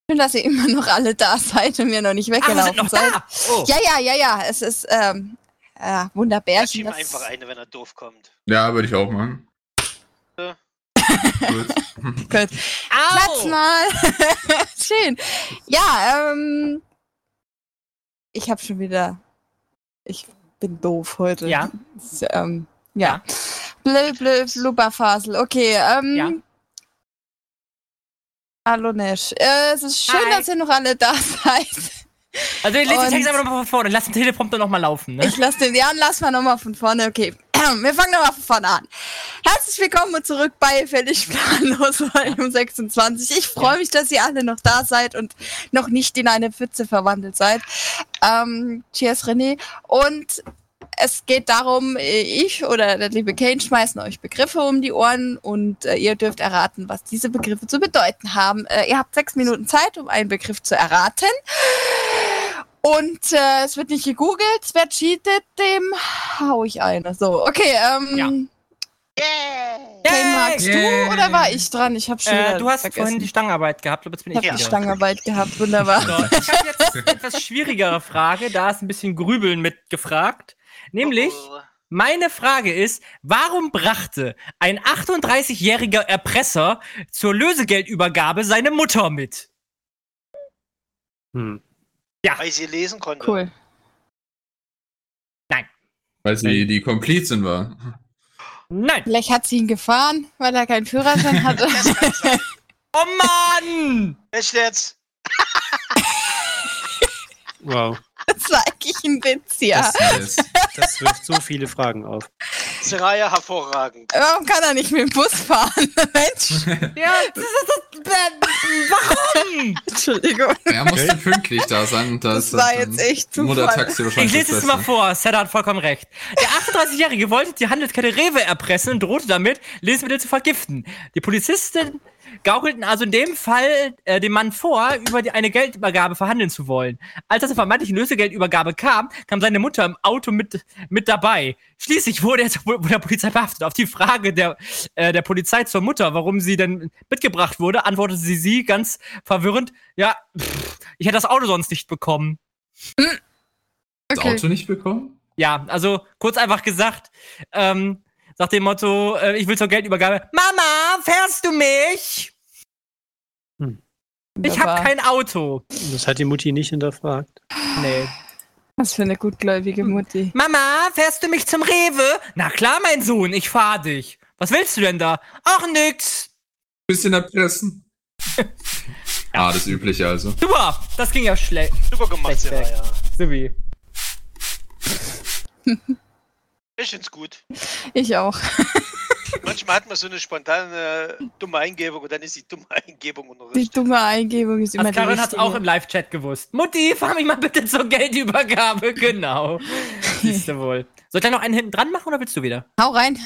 schön, dass ihr immer noch alle da seid und mir noch nicht
Ah, wir sind
weggelaufen
noch
seid.
da. Oh.
genau. Ja, ja, ja, ja. Es ist ähm, äh,
Ja,
Wunderbärchen.
schieb ihm
das-
einfach eine, wenn er doof kommt.
Ja, würde ich auch machen.
Ja.
Gut.
Gut. Platz
Au!
mal. <laughs> Schön. Ja, ähm. Ich habe schon wieder. Ich bin doof heute.
Ja.
S- ähm, ja. Blö, blö, blubberfasel. Okay, ähm.
Ja.
Hallo Nash. Äh, es ist schön,
Hi.
dass ihr noch alle da <laughs> seid.
Also, lese den
Und-
Text einfach nochmal von vorne. Lass den Teleprompter nochmal laufen. Ne?
Ich lasse den Jan, lass mal nochmal von vorne. Okay, <clears throat> wir fangen nochmal von vorne an. Herzlich willkommen zurück bei Völlig Planlos <laughs> Volume 26. Ich freue mich, dass ihr alle noch da seid und noch nicht in eine Pfütze verwandelt seid. Ähm, cheers, René. Und es geht darum, äh, ich oder der liebe Kane schmeißen euch Begriffe um die Ohren und äh, ihr dürft erraten, was diese Begriffe zu bedeuten haben. Äh, ihr habt sechs Minuten Zeit, um einen Begriff zu erraten. Und äh, es wird nicht gegoogelt, es wird cheatet, dem hau ich eine. So, okay, ähm.
Ja.
Kane, magst
Yay.
du oder war ich dran? Ich habe schon.
Äh,
wieder
du hast
vergessen.
vorhin die Stangenarbeit gehabt, aber jetzt bin ich
Ich habe
wieder.
die Stangenarbeit gehabt, wunderbar.
So, ich habe jetzt eine etwas schwierigere Frage, da ist ein bisschen Grübeln mitgefragt. Nämlich,
Oh,
meine Frage ist, warum brachte ein 38-jähriger Erpresser zur Lösegeldübergabe seine Mutter mit?
Hm.
weil sie lesen konnte. <laughs>
Cool.
Weil sie die Komplizin war.
Nein.
Vielleicht hat sie ihn gefahren, weil er keinen Führerschein
<laughs>
hatte.
Das kann sein.
Oh Mann!
Echt jetzt?
Wow,
Das war eigentlich ein Witz, ja.
Das, ist-
das wirft so viele Fragen auf.
Seraya, hervorragend.
Warum kann er nicht mit dem Bus fahren? <laughs> Mensch,
Ja, das ist <laughs> Warum?
Entschuldigung.
Er musste pünktlich da sein. Und
Das war jetzt echt Zufall.
Muttertaxi
Ich
wahrscheinlich
lese es
das
mal
Beste.
vor, Seda hat vollkommen recht. Der 38-Jährige wollte die Handelskette Rewe erpressen und drohte damit, Lebensmittel zu vergiften. Die Polizisten gaukelten also in dem Fall äh, dem Mann vor, über die, eine Geldübergabe verhandeln zu wollen. Als das zur vermeintlichen Lösegeldübergabe kam, kam seine Mutter im Auto mit, mit dabei. Schließlich wurde er von der Polizei verhaftet. Auf die Frage der, äh, der Polizei zur Mutter, warum sie denn mitgebracht wurde, antwortete sie, sie ganz verwirrend, ja, pff, ich hätte das Auto sonst nicht bekommen.
Das
Okay.
Auto nicht bekommen?
Ja, also kurz einfach gesagt, ähm, nach dem Motto, äh, ich will zur Geldübergabe. Mama, fährst du mich? Ich habe
Wunderbar.
kein Auto.
Das hat die Mutti nicht hinterfragt.
Nee.
Was für eine gutgläubige
Hm.
Mutti.
Mama, fährst du mich zum Rewe? Na klar, mein Sohn, ich fahr dich. Was willst du denn da? Auch nix.
Bisschen erpressen. Ah, das Übliche also.
Super, das ging ja schlecht.
Super gemacht,
Perfekt.
Seraya.
Subi.
Ich find's gut.
Ich auch.
Manchmal hat man so eine spontane, dumme Eingebung und dann ist die dumme Eingebung
Die
unterrichtet.
dumme Eingebung ist immer
Also
die
Karin hat's
richtige.
auch im Live-Chat gewusst. Mutti, fahr mich mal bitte zur Geldübergabe. <laughs>
<laughs>
Genau. Siehst du wohl. Soll ich gleich noch einen hinten dran machen oder willst du wieder?
Hau rein.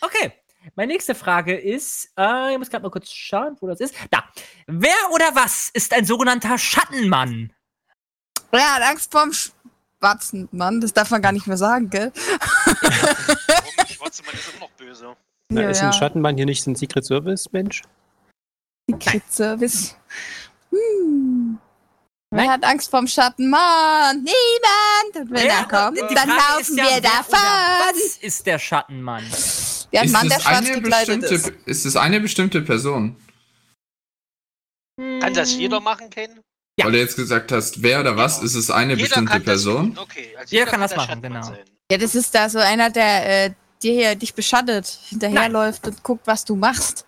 Okay. Meine nächste Frage ist, äh, ich muss gerade mal kurz schauen, wo das ist. Da. Wer oder was ist ein sogenannter Schattenmann?
Wer hat Angst vorm schwarzen Mann? Das darf man gar nicht mehr sagen, gell?
Warum? Schwarzemann ist immer noch böse.
Na,
Ja,
ist
ja.
ein Schattenmann hier nicht ein Secret Service Mensch?
Secret Service. Hm. Wer hat Angst vorm Schattenmann? Niemand! Und wenn
Wer?
er kommt,
Die
dann
Frage
laufen
ist ja,
wir
wer oder
davon!
Was ist der Schattenmann?
Ja, ein Mann, der
das
schwarz
eine
gekleidet
bestimmte-
ist.
Ist es eine bestimmte Person?
Kann das jeder machen, Ken?
Ja.
Weil du jetzt gesagt hast, wer oder was,
Genau.
ist es eine bestimmte
kann
Person?
Das, okay, also
Jeder kann das
der
machen,
Schattenmann
genau.
sein.
Ja, das ist da so einer, der äh, dir hier dich beschattet, hinterherläuft und guckt, was du machst.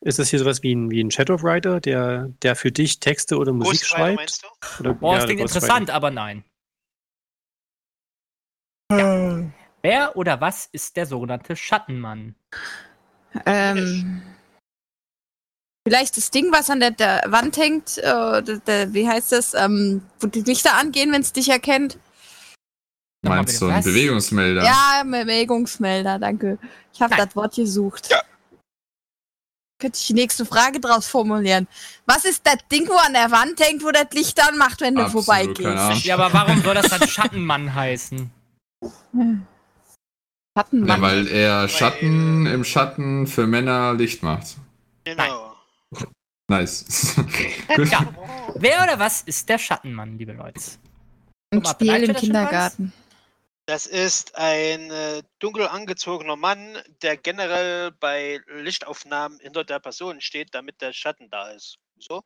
Ist das hier sowas wie ein, wie ein Shadowwriter, der, der für dich Texte oder Musik
Ghostwriter,
schreibt?
meinst du?
Oder,
Boah,
ja,
das klingt
oder Ghostwriter.
interessant, aber nein. Äh. Ja. Wer oder was ist der sogenannte <laughs> Schattenmann?
Ähm, vielleicht das Ding, was an der, der Wand hängt, äh, der, der, wie heißt das, ähm, wo die Lichter angehen, wenn es dich erkennt.
Nochmal
Meinst
bitte,
du einen
was?
Bewegungsmelder?
Ja, Bewegungsmelder, danke. Ich habe
Nein.
das Wort gesucht. Könnte ich die nächste Frage draus formulieren. Was ist das Ding, wo an der Wand hängt, wo das Licht anmacht, wenn du
Absolut keine
vorbeigehst?
Ahnung.
Ja, aber warum soll das dann Schattenmann heißen?
Ja,
Schattenmann.
weil er Schatten im Schatten für Männer Licht macht.
Genau. <laughs>
Nice. Gut.
Ja. Wer oder was ist der Schattenmann, liebe Leute?
Ein
Guck mal,
Spiel
vielleicht
im
steht das schon
Kindergarten.
Das ist ein äh, dunkel angezogener Mann, der generell bei Lichtaufnahmen hinter der Person steht, damit der Schatten da ist. So?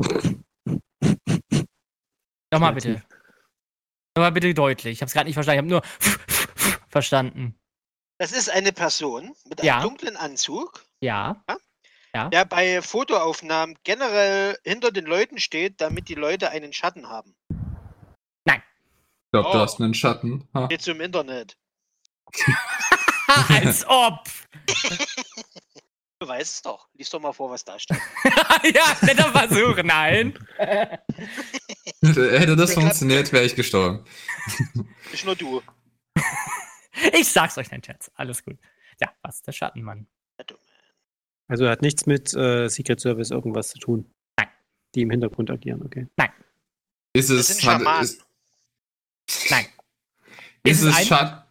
Nochmal bitte. Nochmal bitte deutlich. Ich hab's gerade nicht verstanden. Ich hab nur <laughs> verstanden.
Das ist eine Person mit einem
Ja.
dunklen Anzug,
Ja.
der bei Fotoaufnahmen generell hinter den Leuten steht, damit die Leute einen Schatten haben.
Ich glaube, du
Oh.
hast einen Schatten. Ha.
Jetzt im Internet.
Ha, als ob.
Du weißt es doch. Lies doch mal vor, was da steht.
<laughs> ja, netter Versuch. Nein.
<laughs> Hätte das funktioniert, wäre ich gestorben.
Nicht nur du.
Ich sag's euch, nein, Scherz. Alles gut. Ja, was? Der Schattenmann.
Also hat nichts mit äh, Secret Service irgendwas zu tun.
Nein.
Die im Hintergrund agieren, okay.
Ist
Das
es,
sind
hat,
Schamanen.
ist,
Nein.
ist,
es
es
ein-
Schatten,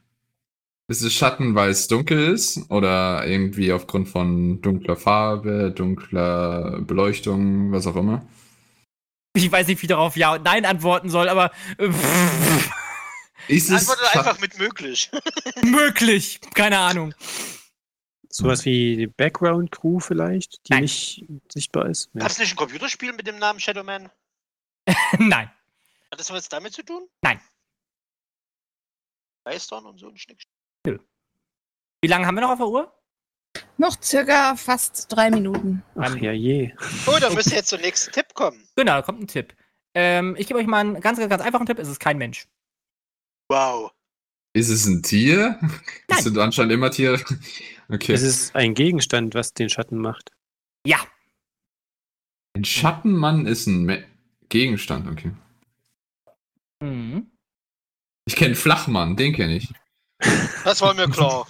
ist es Schatten, weil es dunkel ist? Oder irgendwie aufgrund von dunkler Farbe, dunkler Beleuchtung, was auch immer?
Ich weiß nicht, wie ich darauf Ja und Nein antworten soll, aber äh, <laughs>
Ist es
Antwortet
Scha-
einfach mit möglich.
möglich. Keine Ahnung.
Sowas wie Background Crew vielleicht, die
Nein.
nicht sichtbar ist. Ja.
Gab's nicht ein Computerspiel mit dem Namen Shadowman?
nein.
Hat das was damit zu tun?
Nein.
Geistern und so ein Schnick.
Wie lange haben wir noch auf der Uhr?
Noch circa fast drei Minuten.
Ach ja je.
Oh, da müsst ihr jetzt zum nächsten Tipp kommen.
Genau, da kommt ein Tipp. Ähm, ich gebe euch mal einen ganz, ganz, ganz einfachen Tipp. Es ist kein Mensch.
Wow.
Ist es ein Tier? Es sind anscheinend immer Tiere. Okay.
Es ist ein Gegenstand, was den Schatten macht.
Ja.
Ein Schattenmann ist ein Me Gegenstand, okay.
Mhm.
Ich kenne Flachmann, den kenne ich.
Das wollen wir klar.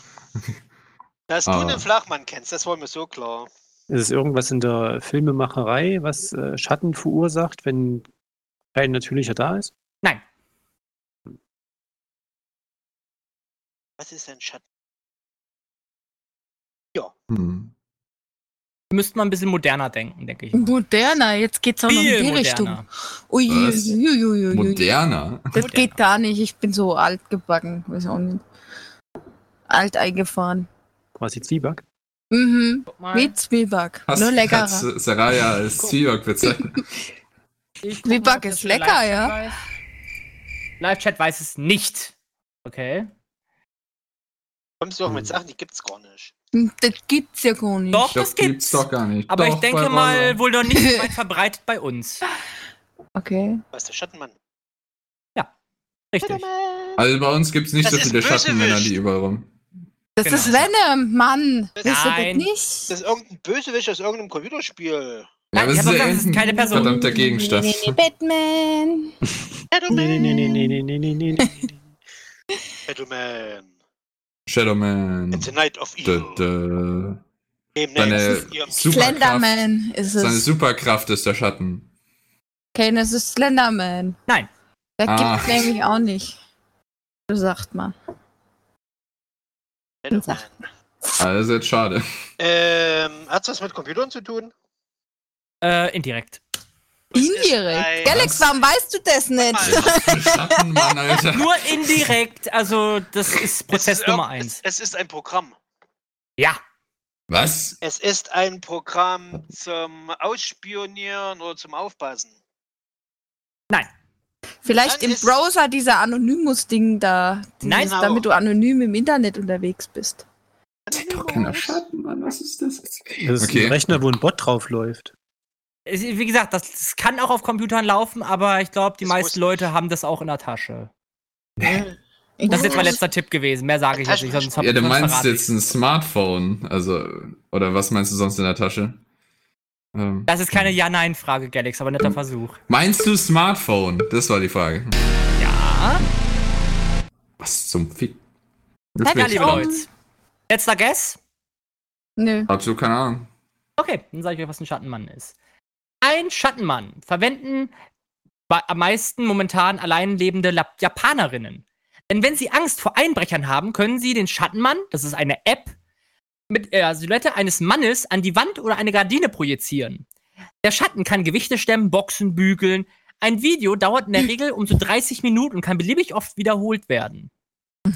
Dass du
Ah.
den Flachmann kennst, das wollen wir so klar.
Es ist irgendwas in der Filmemacherei, was äh, Schatten verursacht, wenn kein natürlicher da ist.
Was ist denn Schatten?
Hm.
Müsste man ein bisschen moderner denken, denke ich. mal.
Moderner, jetzt geht's auch noch in die Richtung. Ui,
Was?
ui, ui, ui, ui.
Moderner.
Das geht gar nicht, ich bin so alt gebacken. Weiß auch nicht. Alt eingefahren.
Quasi Zwieback.
Mhm,
Guck mal.
wie Zwieback.
Hast
Nur leckerer.
du Saraya als Zwieback bezeichnet?
Ich guck
Zwieback
ob das
ist
der
lecker,
Live-Chat
ja.
weiß. Live-Chat weiß es nicht. Okay.
Kommst du auch mit
Hm.
Sachen, die gibt's gar nicht.
Das gibt's ja gar nicht.
Doch,
Ich
das
glaub, gibt's doch gar nicht.
Aber
doch,
ich denke
bei
mal,
Roller.
wohl noch nicht so
<laughs>
weit verbreitet bei uns.
Okay.
Was ist der Schattenmann?
Richtig.
Also bei uns gibt's nicht
Das
so
ist
viele Schattenmänner,
Bösewicht.
die überall rum.
Das
Genau.
ist Venom, Mann.
Das-
Wisst ihr
Nein.
das
Das
nicht?
ist irgendein Bösewicht aus irgendeinem Computerspiel.
Ja, aber es
ich
ist,
hab doch
ja
gesagt, es ist
irgendein
keine Person.
verdammter Gegenstand.
Batman.
Nee, nee, nee, nee, nee, nee, nee, nee, nee.
<laughs>
Shadowman.
Shadowman.
In the Night of
Da,
Evil.
da.
Neben
Seine
Names of Evil.
Superkraft,
Slenderman ist
seine
es.
Superkraft ist der Schatten.
Okay, das ist Slenderman.
Nein.
Das
Ah.
gibt's nämlich auch nicht. So sagt man.
Shadowman.
Also jetzt schade.
Ähm, hat's was mit Computern zu tun?
Äh, indirekt.
Es ist
Indirekt.
ein-
Galax, warum weißt du das nicht?
Schattenmann, Alter.
Nur indirekt. Also,
<laughs>
das ist Prozess
Es ist
Nummer
irgend-
1.
Es ist ein Programm.
Ja.
Was?
Es ist ein Programm zum Ausspionieren oder zum Aufpassen.
<laughs> Vielleicht
Dann
im
ist-
Browser dieser Anonymous-Ding da. Dieses,
Nein,
genau.
damit du anonym im Internet unterwegs bist.
Doch keiner Schattenmann, was ist das?
Das ist
Okay.
ein Rechner, wo ein Bot drauf läuft.
Es- Wie gesagt, das, das kann auch auf Computern laufen, aber ich glaube, die
Das muss-
meisten Leute haben das auch in der Tasche. Das ist
Ja.
jetzt mein letzter Tipp gewesen. Mehr sage ich jetzt nicht. Sonst
Ja, du
sonst
meinst
verrate
jetzt ein Smartphone, also, oder was meinst du sonst in der Tasche? Ähm,
Das ist keine Ja-Nein-Frage, Galax, aber netter
Ähm.
Versuch.
meinst du Smartphone? Das war die Frage.
Ja.
Was zum Fick?
Hat
Ja,
Nicht
liebe
um.
Leute. Letzter Guess?
Nö.
Absolut keine Ahnung.
Okay, dann sage ich euch, was ein Schattenmann ist. Ein Schattenmann verwenden bei- am meisten momentan allein lebende Lap- Japanerinnen. Denn wenn sie Angst vor Einbrechern haben, können sie den Schattenmann, das ist eine App, mit äh, der Silhouette eines Mannes an die Wand oder eine Gardine projizieren. Der Schatten kann Gewichte stemmen, Boxen bügeln. Ein Video dauert in der Regel um so 30 Minuten und kann beliebig oft wiederholt werden.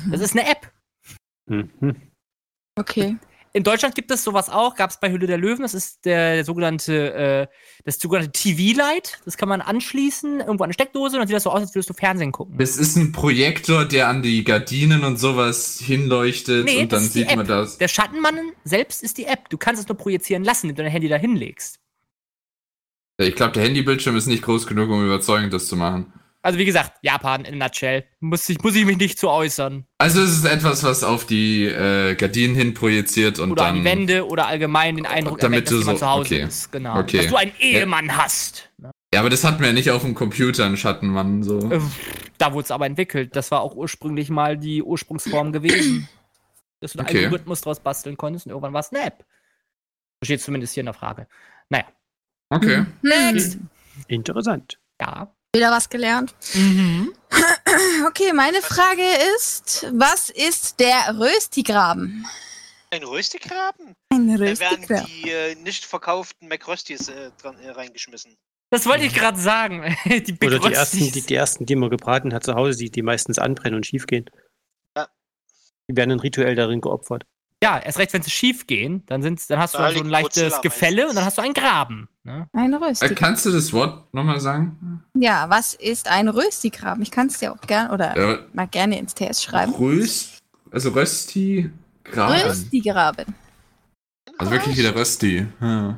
Das ist eine App.
Mhm.
Okay.
In Deutschland gibt es sowas auch, gab es bei Hülle der Löwen, das ist der, der sogenannte, äh, das sogenannte TV-Light, das kann man anschließen, irgendwo an eine Steckdose und dann sieht das so aus, als würdest du Fernsehen gucken.
Das ist ein Projektor, der an die Gardinen und sowas hinleuchtet
Nee,
und
das
dann
ist die
sieht man
App.
das.
Der Schattenmann selbst ist die App, du kannst es nur projizieren lassen, wenn du dein Handy da hinlegst.
Ich glaube, der Handybildschirm ist nicht groß genug, um überzeugend das zu machen.
Also wie gesagt, Japan in a nutshell, muss ich, muss ich mich nicht zu äußern.
Also es ist etwas, was auf die äh, Gardinen hin projiziert und
Oder
dann.
an die Wände oder allgemein den Eindruck,
Damit
erweckt, dass
du
jemand
so-
zu Hause
okay.
ist. Genau.
Okay.
Dass du einen Ehemann hast.
Ja, aber das hatten wir ja nicht auf dem Computer, einen Schattenmann. So.
Äh, Da wurde es aber entwickelt. Das war auch ursprünglich mal die Ursprungsform
<clears throat>
gewesen. Dass du da
Okay.
einen Algorithmus draus basteln konntest und irgendwann war es eine App. So steht zumindest hier in der Frage.
Okay. Äh,
Next.
Mhm.
Interessant.
Ja.
Wieder was gelernt.
Mhm.
<clears throat> Okay, meine Frage ist, was ist der Röstigraben?
Ein Röstigraben?
Ein
Da werden die äh, nicht verkauften McRösties äh, dran, äh, reingeschmissen.
Das wollte ich gerade sagen. <laughs> die Big
Oder die
Rostis.
ersten, die, die ersten, die man gebraten hat zu Hause, die, die meistens anbrennen und schief gehen.
Ja.
Die werden dann rituell darin geopfert.
Ja, erst recht, wenn sie schief gehen, dann, sind's, dann hast du
Da
halt so
liegt
ein leichtes
Godzilla
Gefälle
meistens.
und dann hast du einen Graben. Ne?
Ein
Äh,
Röstigraben.
kannst du das Wort nochmal sagen?
Ja, was ist ein Röstigraben? Ich kann es dir auch gern oder
Äh,
mal gerne ins TS schreiben.
Röst, also Rösti, Graben.
Röstigraben.
Also wirklich wieder Rösti.
Ja.
Ja.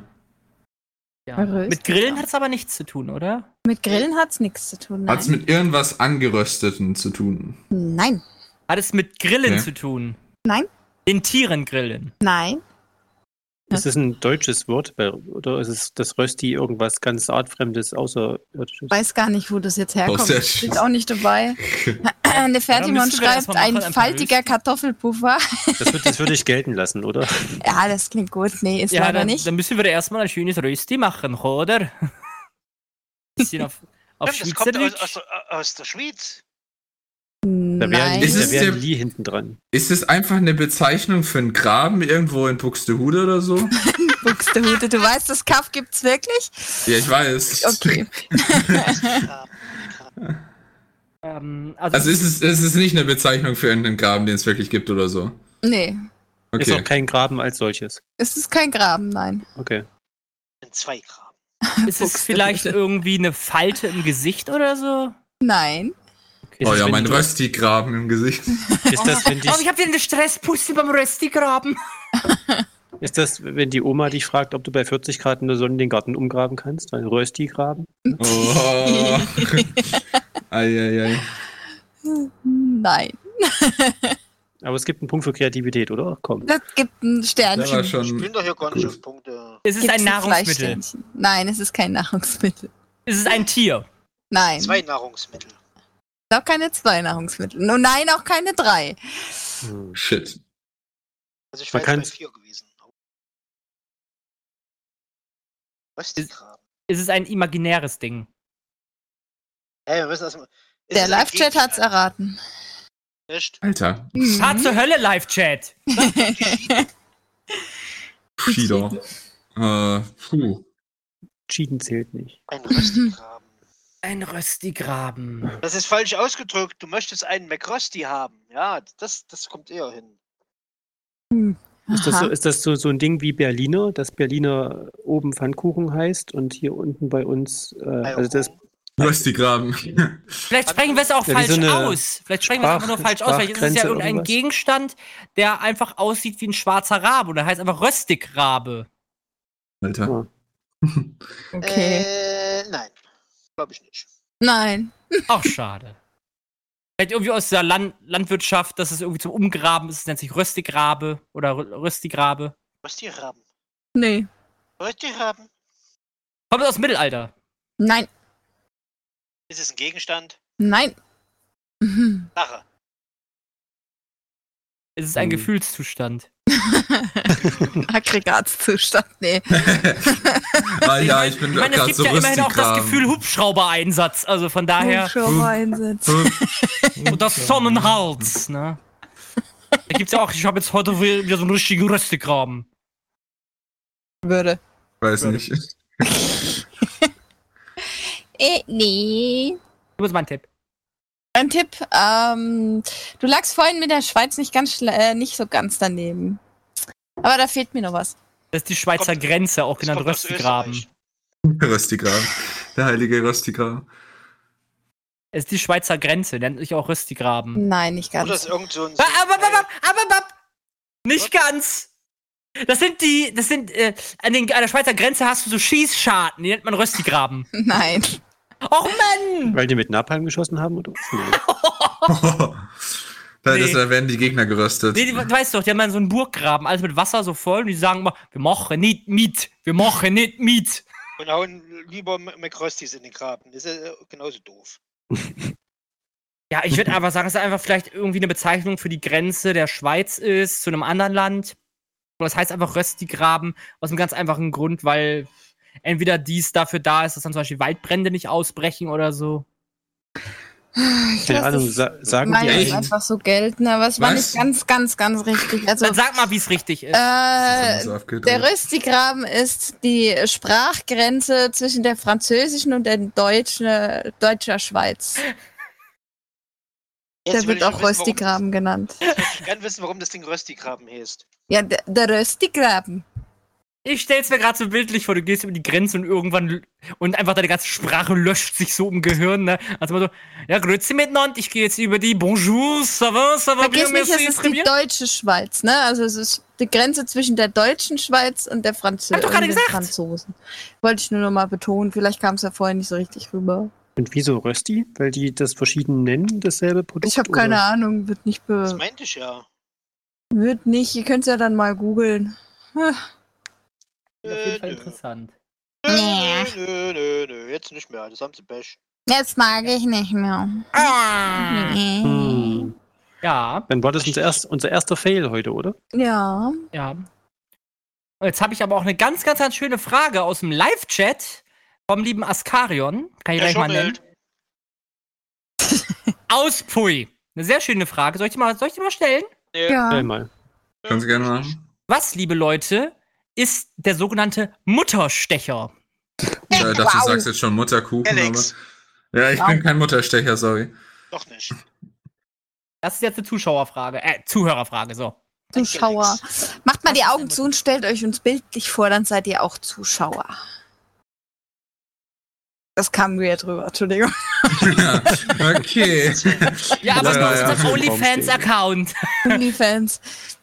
Röstigraben.
Mit Grillen hat es aber nichts zu tun, oder?
Mit Grillen hat's nichts zu tun.
Hat es
Nein.
mit irgendwas Angerösteten zu tun?
Nein.
Hat es mit Grillen
Okay.
zu tun?
Nein.
Den Tieren grillen.
Nein.
Ist das ein deutsches Wort? bei- Oder ist es das Rösti irgendwas ganz artfremdes, außerirdisches?
Weiß gar nicht, wo das jetzt herkommt.
sehr
Ich bin
schön.
auch nicht
<laughs>
dabei. Eine
Ja,
Fertimon
müssen wir das
schreibt,
mal machen,
ein
einfach
faltiger Kartoffelpuffer.
Das würde das würd ich gelten lassen, oder?
Ja, das klingt gut. Nee, ist leider
dann,
nicht.
dann müssen wir erstmal ein schönes Rösti machen,
<laughs>
oder? Bisschen auf, auf
Stimmt, das kommt aus,
Schweizerdeutsch.
aus, aus der Schweiz.
Da wäre
Nein.
ein Lie-
Ist es
da wär ein
der-
Lie hinten dran.
Ist es einfach eine Bezeichnung für einen Graben irgendwo in Buxtehude oder so?
Buxtehude. Du weißt, das Kaff gibt's wirklich?
ja, ich weiß.
Okay.
Ähm, also,
Also ist es, ist es nicht eine Bezeichnung für irgendeinen Graben, den es wirklich gibt oder so?
Nee.
Ist
Okay.
auch kein Graben als solches.
Es ist kein Graben, nein.
Okay.
In zwei Graben.
ist
<laughs>
es vielleicht irgendwie eine Falte im Gesicht oder so?
Nein.
Ist
oh
es,
ja,
wenn
mein
du-
Rösti-Graben im Gesicht.
Ist das,
<laughs>
wenn dich
Oh, ich habe dir eine Stresspuste beim Rösti graben.
Ist das, wenn die Oma dich fragt, ob du bei 40 Grad in der Sonne den Garten umgraben kannst? Weil Rösti graben?
Oh. Eieiei.
Nein.
Aber es gibt einen Punkt für Kreativität, oder? Komm.
Das gibt ein
Der war
Sternchen.
Ich bin
schon.
doch hier gar nicht auf Punkte.
Es ist
Gibt's
ein Nahrungsmittel.
Fleischsternchen? Nein, es ist kein Nahrungsmittel.
Es ist ein Tier.
Nein.
Zwei Nahrungsmittel.
Auch keine zwei Nahrungsmittel. Und nein, auch keine drei.
Hm.
Shit.
Also ich war jetzt
Man
bei
kann's-
vier gewesen. Was die Graben?
Es ist ein imaginäres Ding.
Hey, wir müssen erstmal. Ist
Der
es ein
Live-Chat hat's
Gegenstand?
erraten.
Echt?
Alter.
Mhm.
Fahrt zur Hölle, Live-Chat.
Schieder. Äh, puh.
Cheaten zählt nicht.
Ein
<laughs>
Röstigraben.
Ein Rösti graben.
Das ist falsch ausgedrückt. Du möchtest einen McRosti haben. Ja, das, das kommt eher hin.
Ist das,
Hm.
so,
Aha.
ist das so, so ein Ding wie Berliner, dass Berliner oben Pfannkuchen heißt und hier unten bei uns, äh, also das
Rösti-Graben.
Vielleicht sprechen wir es auch
Ja, wie
falsch
so eine
aus. Vielleicht sprechen wir es einfach nur
Sprach-
falsch aus. Vielleicht ist es ja
Sprachgrenze,
irgendein
irgendwas.
Gegenstand, der einfach aussieht wie ein schwarzer Rabe. Oder heißt einfach Röstigrabe.
<laughs> Alter.
Okay.
Äh, nein. Glaube ich nicht.
Nein.
Auch schade. Vielleicht irgendwie aus der Land Landwirtschaft, dass es irgendwie zum Umgraben ist. Es nennt sich Röstigrabe oder Rö- Röstigrabe.
Röstigraben.
Nee.
Röstigraben.
Kommt aus dem Mittelalter.
Nein.
Ist es ein Gegenstand?
Nein. <laughs> Mhm.
Sache.
Es ist ein
Hm.
Gefühlszustand.
Aggregatzustand. Nee.
<laughs> ah ja, ich bin
Ich meine, es
gerade
gibt
so
ja immerhin auch das
Rösti-Graben.
Gefühl Hubschrauber-Einsatz. Also von daher.
Hubschrauber-Einsatz.
Und das Sonnenhals, ne? Da gibt's ja auch, ich habe jetzt heute wieder so einen richtigen Röstigraben.
Würde.
<laughs>
Weiß nicht.
Äh, nee.
Du bist mein Tipp.
Ein Tipp. Ähm, du lagst vorhin mit der Schweiz nicht ganz schla- äh, nicht so ganz daneben. Aber da fehlt mir noch was.
Das ist die Schweizer
Kommt-
Grenze, auch
das
genannt
kommt aus
Röstigraben.
Österreich.
Rösti-Graben. Der heilige Rösti-Graben.
Es ist die Schweizer Grenze, nennt sich auch Röstigraben.
Nein, nicht
Oder ist
ganz.
irgend so ein.
Ba- aber- aber- aber- aber- aber- Nicht ganz! Das sind die, das sind, äh, an, den, an der Schweizer Grenze hast du so Schießscharten, die nennt man <laughs> Röstigraben.
Nein.
Och Mann!
weil die mit Napalm geschossen haben
<laughs>
oder was? Nee.
<laughs> da,
Nee.
das, da werden die Gegner geröstet.
Nee, die, du weißt doch, die haben dann so einen Burggraben, alles mit Wasser so voll und die sagen immer, wir machen nicht mit, wir machen nicht mit.
Und hauen lieber M- McRostis in den Graben. Das ist ja genauso doof.
Ja, ich würde aber sagen, es ist einfach vielleicht irgendwie eine Bezeichnung für die Grenze der Schweiz ist zu einem anderen Land. Oder es heißt einfach Röstigraben aus einem ganz einfachen Grund, weil entweder dies dafür da ist, dass dann zum Beispiel Waldbrände nicht ausbrechen oder so.
Ich
Keine
lass
Ahnung,
es
sa also sagen die
meine es
echt?
eigentlich,
einfach so gelten, aber es war
Was?
nicht ganz, ganz, ganz richtig. Also,
Dann sag mal, wie es richtig ist.
äh,
So abgedreht.
Der Röstigraben ist die Sprachgrenze zwischen der französischen und der deutschen deutscher Schweiz. der
Jetzt will
wird
ich
auch
wissen, warum-
Röstigraben genannt.
Ich kann wissen, warum das Ding Röstigraben heißt.
Ja, der, der Röstigraben.
Ich stell's mir gerade so bildlich vor, du gehst über die Grenze und irgendwann l- und einfach deine ganze Sprache löscht sich so im Gehirn, ne? Also mal so, ja, grüezi miteinander, ich gehe jetzt über die Bonjour, ça va, ça va,
Vergiss
bien,
nicht, es
merci,
ist
très
die
bien.
deutsche Schweiz, ne? Also es ist die Grenze zwischen der deutschen Schweiz und der Franzö
Hab doch gerade
und den
gesagt.
Franzosen. Wollte ich nur noch mal betonen, vielleicht kam es ja vorher nicht so richtig rüber.
Und wieso Rösti? Weil die das verschieden nennen, dasselbe Produkt?
Ich habe keine
oder?
Ahnung, wird nicht
Das
be
meinte ich ja.
wird nicht. Ihr könnt ja dann mal googeln.
Auf jeden Fall
Nö, nö.
interessant.
Nee.
Nö, nö, nö, jetzt nicht mehr. Das haben sie Pech.
Jetzt mag ich nicht mehr.
Hm.
Ah. Ja,
Dann war das unser, erst, unser erster Fail heute, oder?
Ja.
ja. Und jetzt habe ich aber auch eine ganz, ganz, ganz schöne Frage aus dem Live-Chat vom lieben Askarion. Kann ich
Der
gleich mal nennen.
schummelt.
Auspui. Eine sehr schöne Frage. Soll ich die mal, soll ich die mal stellen?
Nee,
Ah.
Ja.
Einmal.
Kannst du gerne machen.
Was, liebe Leute, ist der sogenannte Mutterstecher?
Ich äh, dachte,
Wow.
du sagst jetzt schon Mutterkuchen,
Alex.
aber. Ja, ich bin kein Mutterstecher, sorry. <laughs>
Doch nicht.
Das ist jetzt eine Zuschauerfrage. Äh, Zuhörerfrage, so. <laughs>
Zuschauer. Macht mal die
Was ist
Augen
denn
zu und stellt euch uns bildlich vor, dann seid ihr auch Zuschauer. Das kam weird drüber, Entschuldigung.
Ja,
<laughs>
okay.
Also,
Ja, aber
Lass
nur
mal
auf unserem
ja. im Raum
<laughs>
OnlyFans-Account.
<laughs> Onlyfans.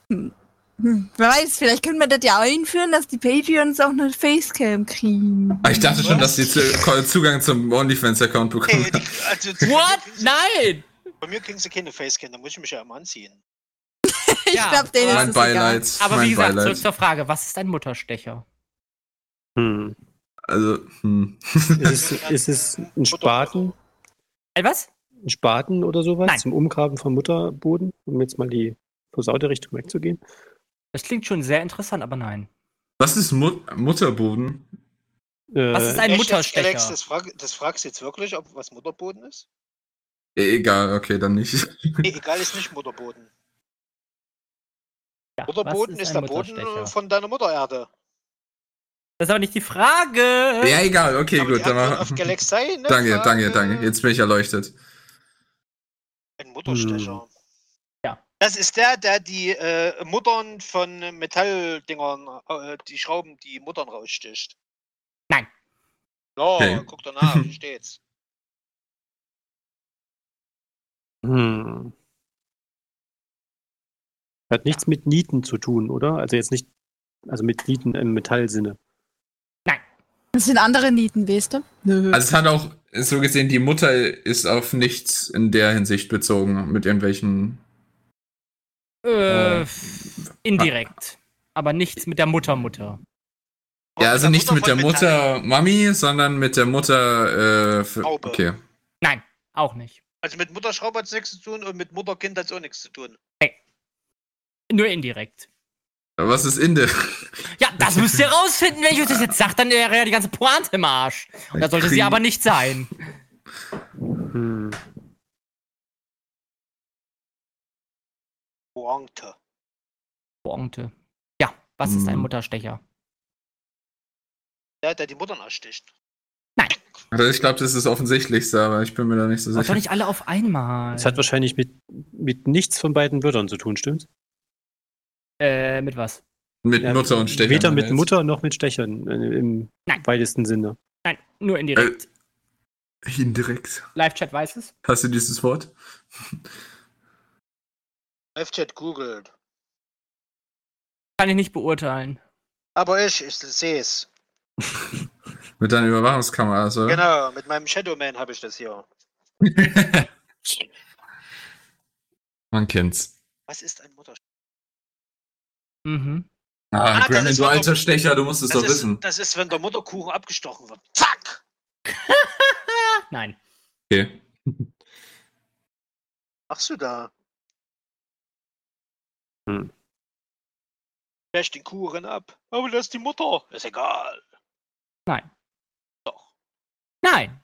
Hm. Hm. Wer weiß, vielleicht können wir das ja einführen, dass die Patreons auch eine Facecam kriegen.
Aber Ah, ich dachte schon, dass die zu Zugang zum OnlyFans-Account bekommen
Ey,
haben.
die, also,
What? Nein!
Bei mir kriegen sie keine Facecam, da muss ich mich ja immer anziehen.
<laughs> Ich
Ja.
glaube, denen
Mein
ist es egal.
Beileid.
Aber
mein
wie gesagt, zurück
Beileid.
zur Frage. Was ist ein Mutterstecher?
Hm.
Also, hm.
Ist, es, ist es ein Spaten?
Äh, Was?
Ein Spaten oder sowas?
Nein.
Zum Umgraben vom Mutterboden, um jetzt mal die versaute Richtung wegzugehen?
Das klingt schon sehr interessant, aber nein.
Was ist Mut Mutterboden?
Äh,
Was ist ein
Echt jetzt,
Mutterstecher?
Alex, das, frag, das fragst du jetzt wirklich, ob was Mutterboden ist?
E- Egal, okay, dann nicht.
Nee, egal, ist nicht Mutterboden.
Ja,
Mutterboden
was
ist, der
ein
Boden
Mutterstecher?
äh, von deiner Muttererde.
Das ist aber nicht die Frage.
Ja, egal, okay,
Aber
gut,
die
dann
Antwort
mach.
auf Galaxy,
<laughs>
ne?
Danke,
Frage,
danke, danke. Jetzt bin ich erleuchtet.
Ein Mutterstecher.
Hm.
Ja.
Das ist der, der die äh, Muttern von Metalldingern, äh, die Schrauben, die Muttern raussticht.
Nein.
Ja,
Okay.
guck
<laughs>
danach, hier steht's.
Hm. Hat nichts mit Nieten zu tun, oder? Also jetzt nicht, also mit Nieten im Metallsinne.
Das sind andere Nieten, weißt du? Nö.
Also es hat auch, so gesehen, die Mutter ist auf nichts in der Hinsicht bezogen, mit irgendwelchen.
Äh,
Äh,
indirekt. Aber nichts mit der Muttermutter.
Ja, also
Von
nicht mit
von
der Mutter Mami, sondern mit der Mutter, äh, für,
Schraube.
okay.
Auch nicht.
Also mit Mutterschraube hat's nichts zu tun und mit Mutterkind hat's auch nichts zu tun.
Nur indirekt.
Was ist Inde?
Ja,
<laughs>
das müsst ihr rausfinden. Wenn ich euch das jetzt sage, dann wäre ja die ganze Pointe im Arsch. Und das sollte sie
Krieg-
aber nicht sein.
Hm.
Pointe.
Pointe. Ja, was ist ein
Mhm.
Mutterstecher?
Der, der die Muttern ersticht.
Also ich glaube, das ist das Offensichtlichste, aber ich bin mir da nicht so
Mach doch
sicher.
nicht alle auf einmal.
Das hat wahrscheinlich mit, mit nichts von beiden Wörtern zu tun, stimmt's?
äh, mit was?
Mit
Ja,
Mutter und Stefan.
Ähm, Weder mit
jetzt.
Mutter noch mit Stechern äh, im
Nein.
weitesten Sinne.
Nein, nur
Äh,
indirekt.
Indirekt.
Live-Chat weiß es.
Hast du dieses Wort?
Live-Chat googelt.
Kann ich nicht beurteilen.
Aber ich, ich seh's.
Mit deiner Überwachungskamera, also.
Genau, mit meinem Shadowman habe ich das hier.
Man kennt's.
Was ist ein Mutterstecher?
Mhm.
Ah,
Ah, das
Gremlin,
ist
du
doch-
alter Stecher, du musst es
Das
doch
ist,
wissen.
das ist, wenn der Mutterkuchen abgestochen wird. Zack!
Nein.
Okay.
Machst du da?
Hm.
Wäsch den Kuchen ab. Aber lass die Mutter. Ist egal.
Nein.
Doch.
Nein.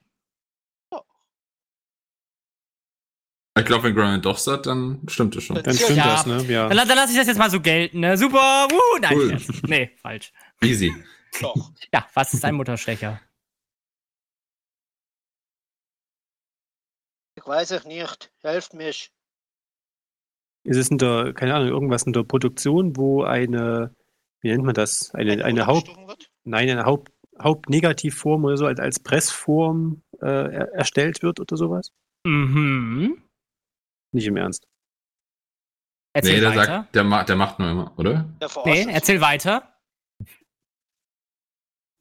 Ich glaube, wenn Gremlin doch sagt, dann stimmt es schon.
Dann-
Dann stimmt
Ja.
das, ne? Ja.
Dann, la- dann lasse ich das jetzt mal so gelten. Ne? Super. Wuhu. Nein,
Cool.
Scherz. Nee, falsch.
Easy.
Doch.
Ja, was
<laughs>
ist ein Mutterstecher?
Ich weiß es nicht. Helft mich.
Ist es in der, keine Ahnung, irgendwas in der Produktion, wo eine, wie nennt man das?
Wenn
Eine,
die
eine
Mutter
Haupt,
gestochen wird?
nein, eine Haupt, Hauptnegativform oder so, als, als Pressform äh, er, erstellt wird oder sowas?
Mhm.
Nicht im Ernst.
Erzähl
nee, der
weiter.
sagt, der, ma der macht nur immer, oder?
Der verarscht
nee,
uns.
erzähl weiter.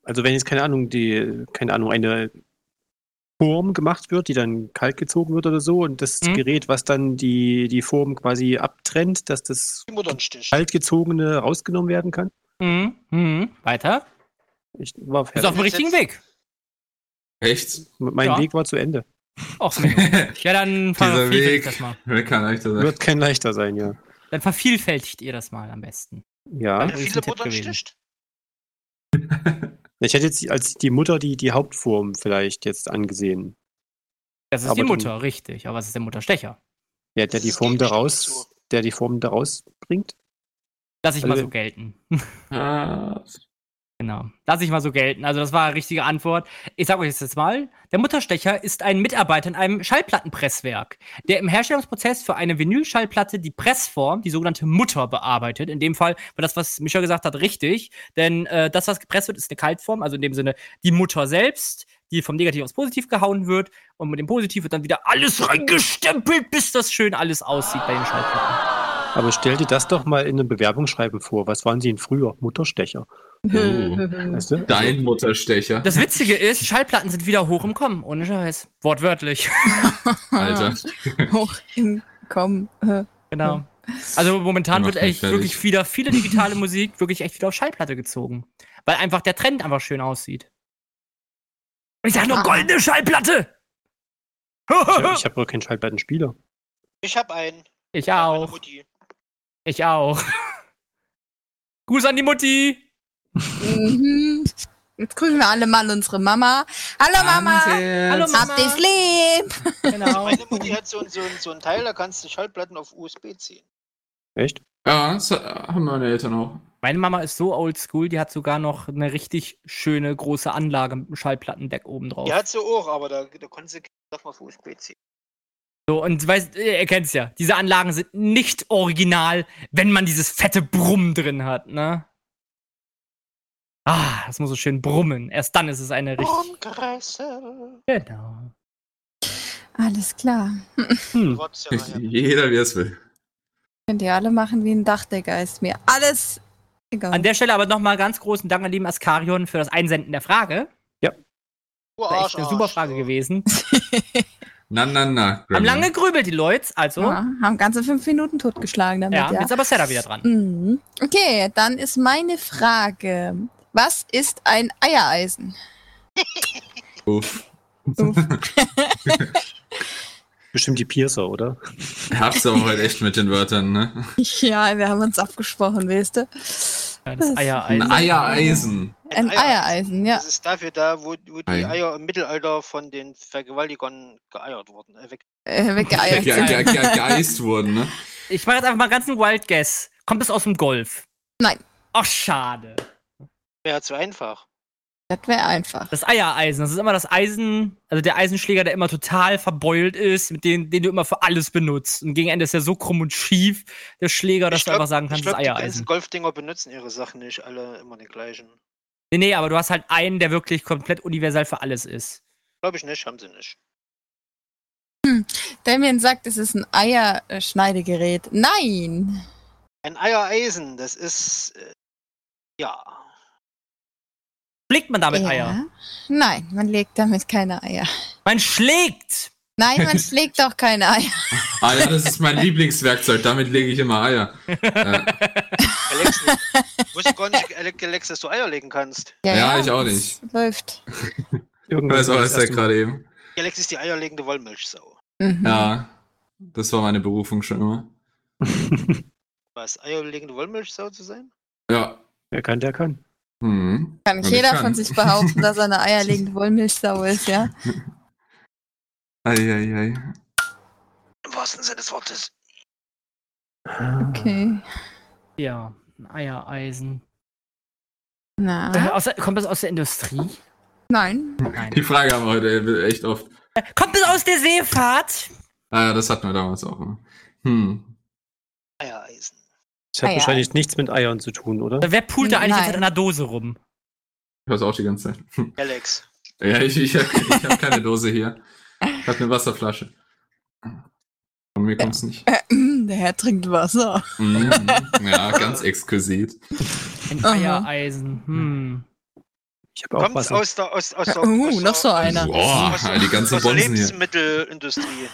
Also wenn jetzt, keine Ahnung, die, keine Ahnung, eine Form gemacht wird, die dann kalt gezogen wird oder so. Und das
Mhm.
Gerät, was dann die, die Form quasi abtrennt, dass das
Die Mutter sticht.
kalt gezogene rausgenommen werden kann.
Mhm. Mhm. Weiter.
Ich war
Ist auf
fertig.
dem richtigen Weg.
Echt?
Mein
Ja.
Weg war zu Ende.
Och,
<laughs>
Menno. ja, dann
Dieser
vervielfältigt das
Weg,
mal.
wer kann euch das sagen?
Wird kein leichter sein, ja.
Dann vervielfältigt ihr das mal am besten.
Ja.
Weil
ist ein
viele
Tipp
Muttern
gewesen.
sticht.
Ich hätte jetzt als die Mutter die, die Hauptform vielleicht jetzt angesehen.
Das ist
Aber
die
du-
Mutter, richtig. Aber es ist der Mutterstecher.
Ja, der
Das
die
ist
Form
Gegenstand
daraus,
dazu.
der die Form daraus bringt.
Lass ich mal
Also-
so gelten.
Ah,
Genau. Lass ich mal so gelten. Also, das war eine richtige Antwort. Ich sage euch das jetzt mal. Der Mutterstecher ist ein Mitarbeiter in einem Schallplattenpresswerk, der im Herstellungsprozess für eine Vinylschallplatte die Pressform, die sogenannte Mutter, bearbeitet. In dem Fall war das, was Micha gesagt hat, richtig. Denn äh, das, was gepresst wird, ist eine Kaltform. Also in dem Sinne die Mutter selbst, die vom Negativ aufs Positiv gehauen wird. Und mit dem Positiv wird dann wieder alles reingestempelt, bis das schön alles aussieht bei den Schallplatten.
Aber stell dir das doch mal in einem Bewerbungsschreiben vor. Was waren sie denn früher? Mutterstecher.
<laughs>
oh.
Weißt du?
Dein Mutterstecher,
Das Witzige ist, Schallplatten sind wieder hoch im Kommen. Ohne Scheiß. Wortwörtlich.
Alter.
Hoch im Kommen. Äh,
<laughs> Genau. Also momentan
Macht
wird
mich
echt
fertig.
wirklich wieder viele digitale Musik wirklich echt wieder auf Schallplatte gezogen. Weil einfach der Trend einfach schön aussieht. Und ich sag nur
Ah.
goldene Schallplatte! <laughs>
Ja, ich habe doch keinen Schallplattenspieler.
Ich hab einen.
ich
Meine
auch.
Mutti.
Ich auch. <laughs> Gruß an die Mutti!
mhm. Jetzt grüßen wir alle mal unsere Mama. Hallo Mama!
Hallo Mama!
Hab dich lieb!
Genau. <laughs>
Meine Mutti hat so, ein- so, ein- so ein Teil, da kannst du Schallplatten auf USB ziehen.
Echt?
Ja, das haben meine Eltern auch.
Meine Mama ist so oldschool, die hat sogar noch eine richtig schöne große Anlage mit einem Schallplattendeck oben drauf.
Die hat sie auch, aber da, da konntest du sag mal auf USB ziehen.
So, und weißt, ihr kennt's ja, diese Anlagen sind nicht original, wenn man dieses fette Brummen drin hat, ne? Ah, das muss so schön brummen. Erst dann ist es eine richtig.
Umkreise.
Genau.
Alles klar.
Hm.
Trotzdem, Ah, ja.
Jeder, wie er es will.
Könnt ihr alle machen wie ein Dachdecker, ist mir alles egal.
An der Stelle aber nochmal ganz großen Dank an lieben Askarion für das Einsenden der Frage.
Du
Das war
Arsch,
echt eine
Arsch,
super Frage
du.
gewesen.
Na, na, na.
Haben
Gremlin.
lange gegrübelt, die Leute, also. Ja,
ja, haben ganze fünf Minuten totgeschlagen damit, ja.
jetzt ist aber Sarah wieder dran.
Mhm. Okay, dann ist meine Frage. Was ist ein Eiereisen? <laughs>
Uff.
Uff.
Bestimmt die Piercer, oder?
Hab's aber heute echt mit den Wörtern, ne?
Ja, wir haben uns abgesprochen, weißt du?
Ja, Das
Ein
Eiereisen.
Eiereisen.
Ein Eiereisen, ja.
Das ist dafür da, wo, wo die
Ei.
Eier im Mittelalter von den Vergewaltigern geeiert wurden. Äh, weg.
Äh, <laughs>
Ge
weggeeiert.
ge ge ge Geist wurden, ne?
Ich mache jetzt einfach mal ganz einen Wild Guess. Kommt es aus dem Golf?
Nein.
Ach, schade.
Wäre zu einfach.
Das wäre einfach.
Das Eiereisen, das ist immer das Eisen, also der Eisenschläger, der immer total verbeult ist, mit dem, den du immer für alles benutzt. Und gegen Ende ist er so krumm und schief, der Schläger, dass
Ich
du
glaub-
einfach sagen
ich
kannst,
glaub,
das
die ganzen
Eiereisen.
Golfdinger benutzen ihre Sachen nicht, alle immer den gleichen.
Nee, nee, aber du hast halt einen, der wirklich komplett universell für alles ist.
Glaube ich nicht, haben sie nicht.
Damien sagt, es ist ein Eierschneidegerät. Nein!
Ein Eiereisen, das ist. Äh, ja.
Schlägt man damit
Ja.
Eier?
Nein, man legt damit keine Eier.
Man schlägt!
Nein,
<laughs>
man schlägt auch keine Eier.
Ah ja, das ist mein Lieblingswerkzeug, damit lege ich immer Eier. Äh,
Alex,
<laughs>
ich wusste gar nicht, Alex, Alex, dass du Eier legen kannst.
Ja, ich auch
das Läuft.
Irgendwas
das war
war
das ja
erst mal-
Also, gerade eben.
Alex ist die eierlegende Wollmilchsau.
Mhm.
Ja, das war meine Berufung schon immer.
Was, eierlegende Wollmilchsau zu sein?
Ja.
Wer kann, der kann.
Hm.
Kann nicht
Und ich
jeder
kann.
von sich behaupten, dass er eine eierlegende Wollmilchsau ist, ja?
Eieiei.
Im wahrsten Sinne des Wortes.
Okay.
Ja, ein Eiereisen. Äh,
Na,
aus der, kommt das aus der Industrie?
nein.
Nein.
Die Frage haben wir heute echt oft.
Kommt das aus der Seefahrt?
Ah ja, das hatten wir damals auch immer. Hm.
Eiereisen.
Das hat
Eier.
wahrscheinlich nichts mit Eiern zu tun, oder?
Äh,
Also, Wer poolt da eigentlich
Nein.
jetzt in einer Dose rum?
Ich weiß auch die ganze Zeit. Hm.
Alex.
Ja, ich, ich habe ich hab keine Dose hier. Ich habe eine Wasserflasche. Von mir kommt's nicht.
Äh, mm, Der Herr trinkt Wasser.
Mhm. Ja, ganz exquisit.
Ein
Aha.
Eiereisen. Hm.
Ich habe auch
Kommt
Wasser.
aus der, aus, aus der,
Uh,
aus der,
noch so einer.
Boah,
aus der,
die ganzen
aus der
Bonzen hier.
Lebensmittelindustrie.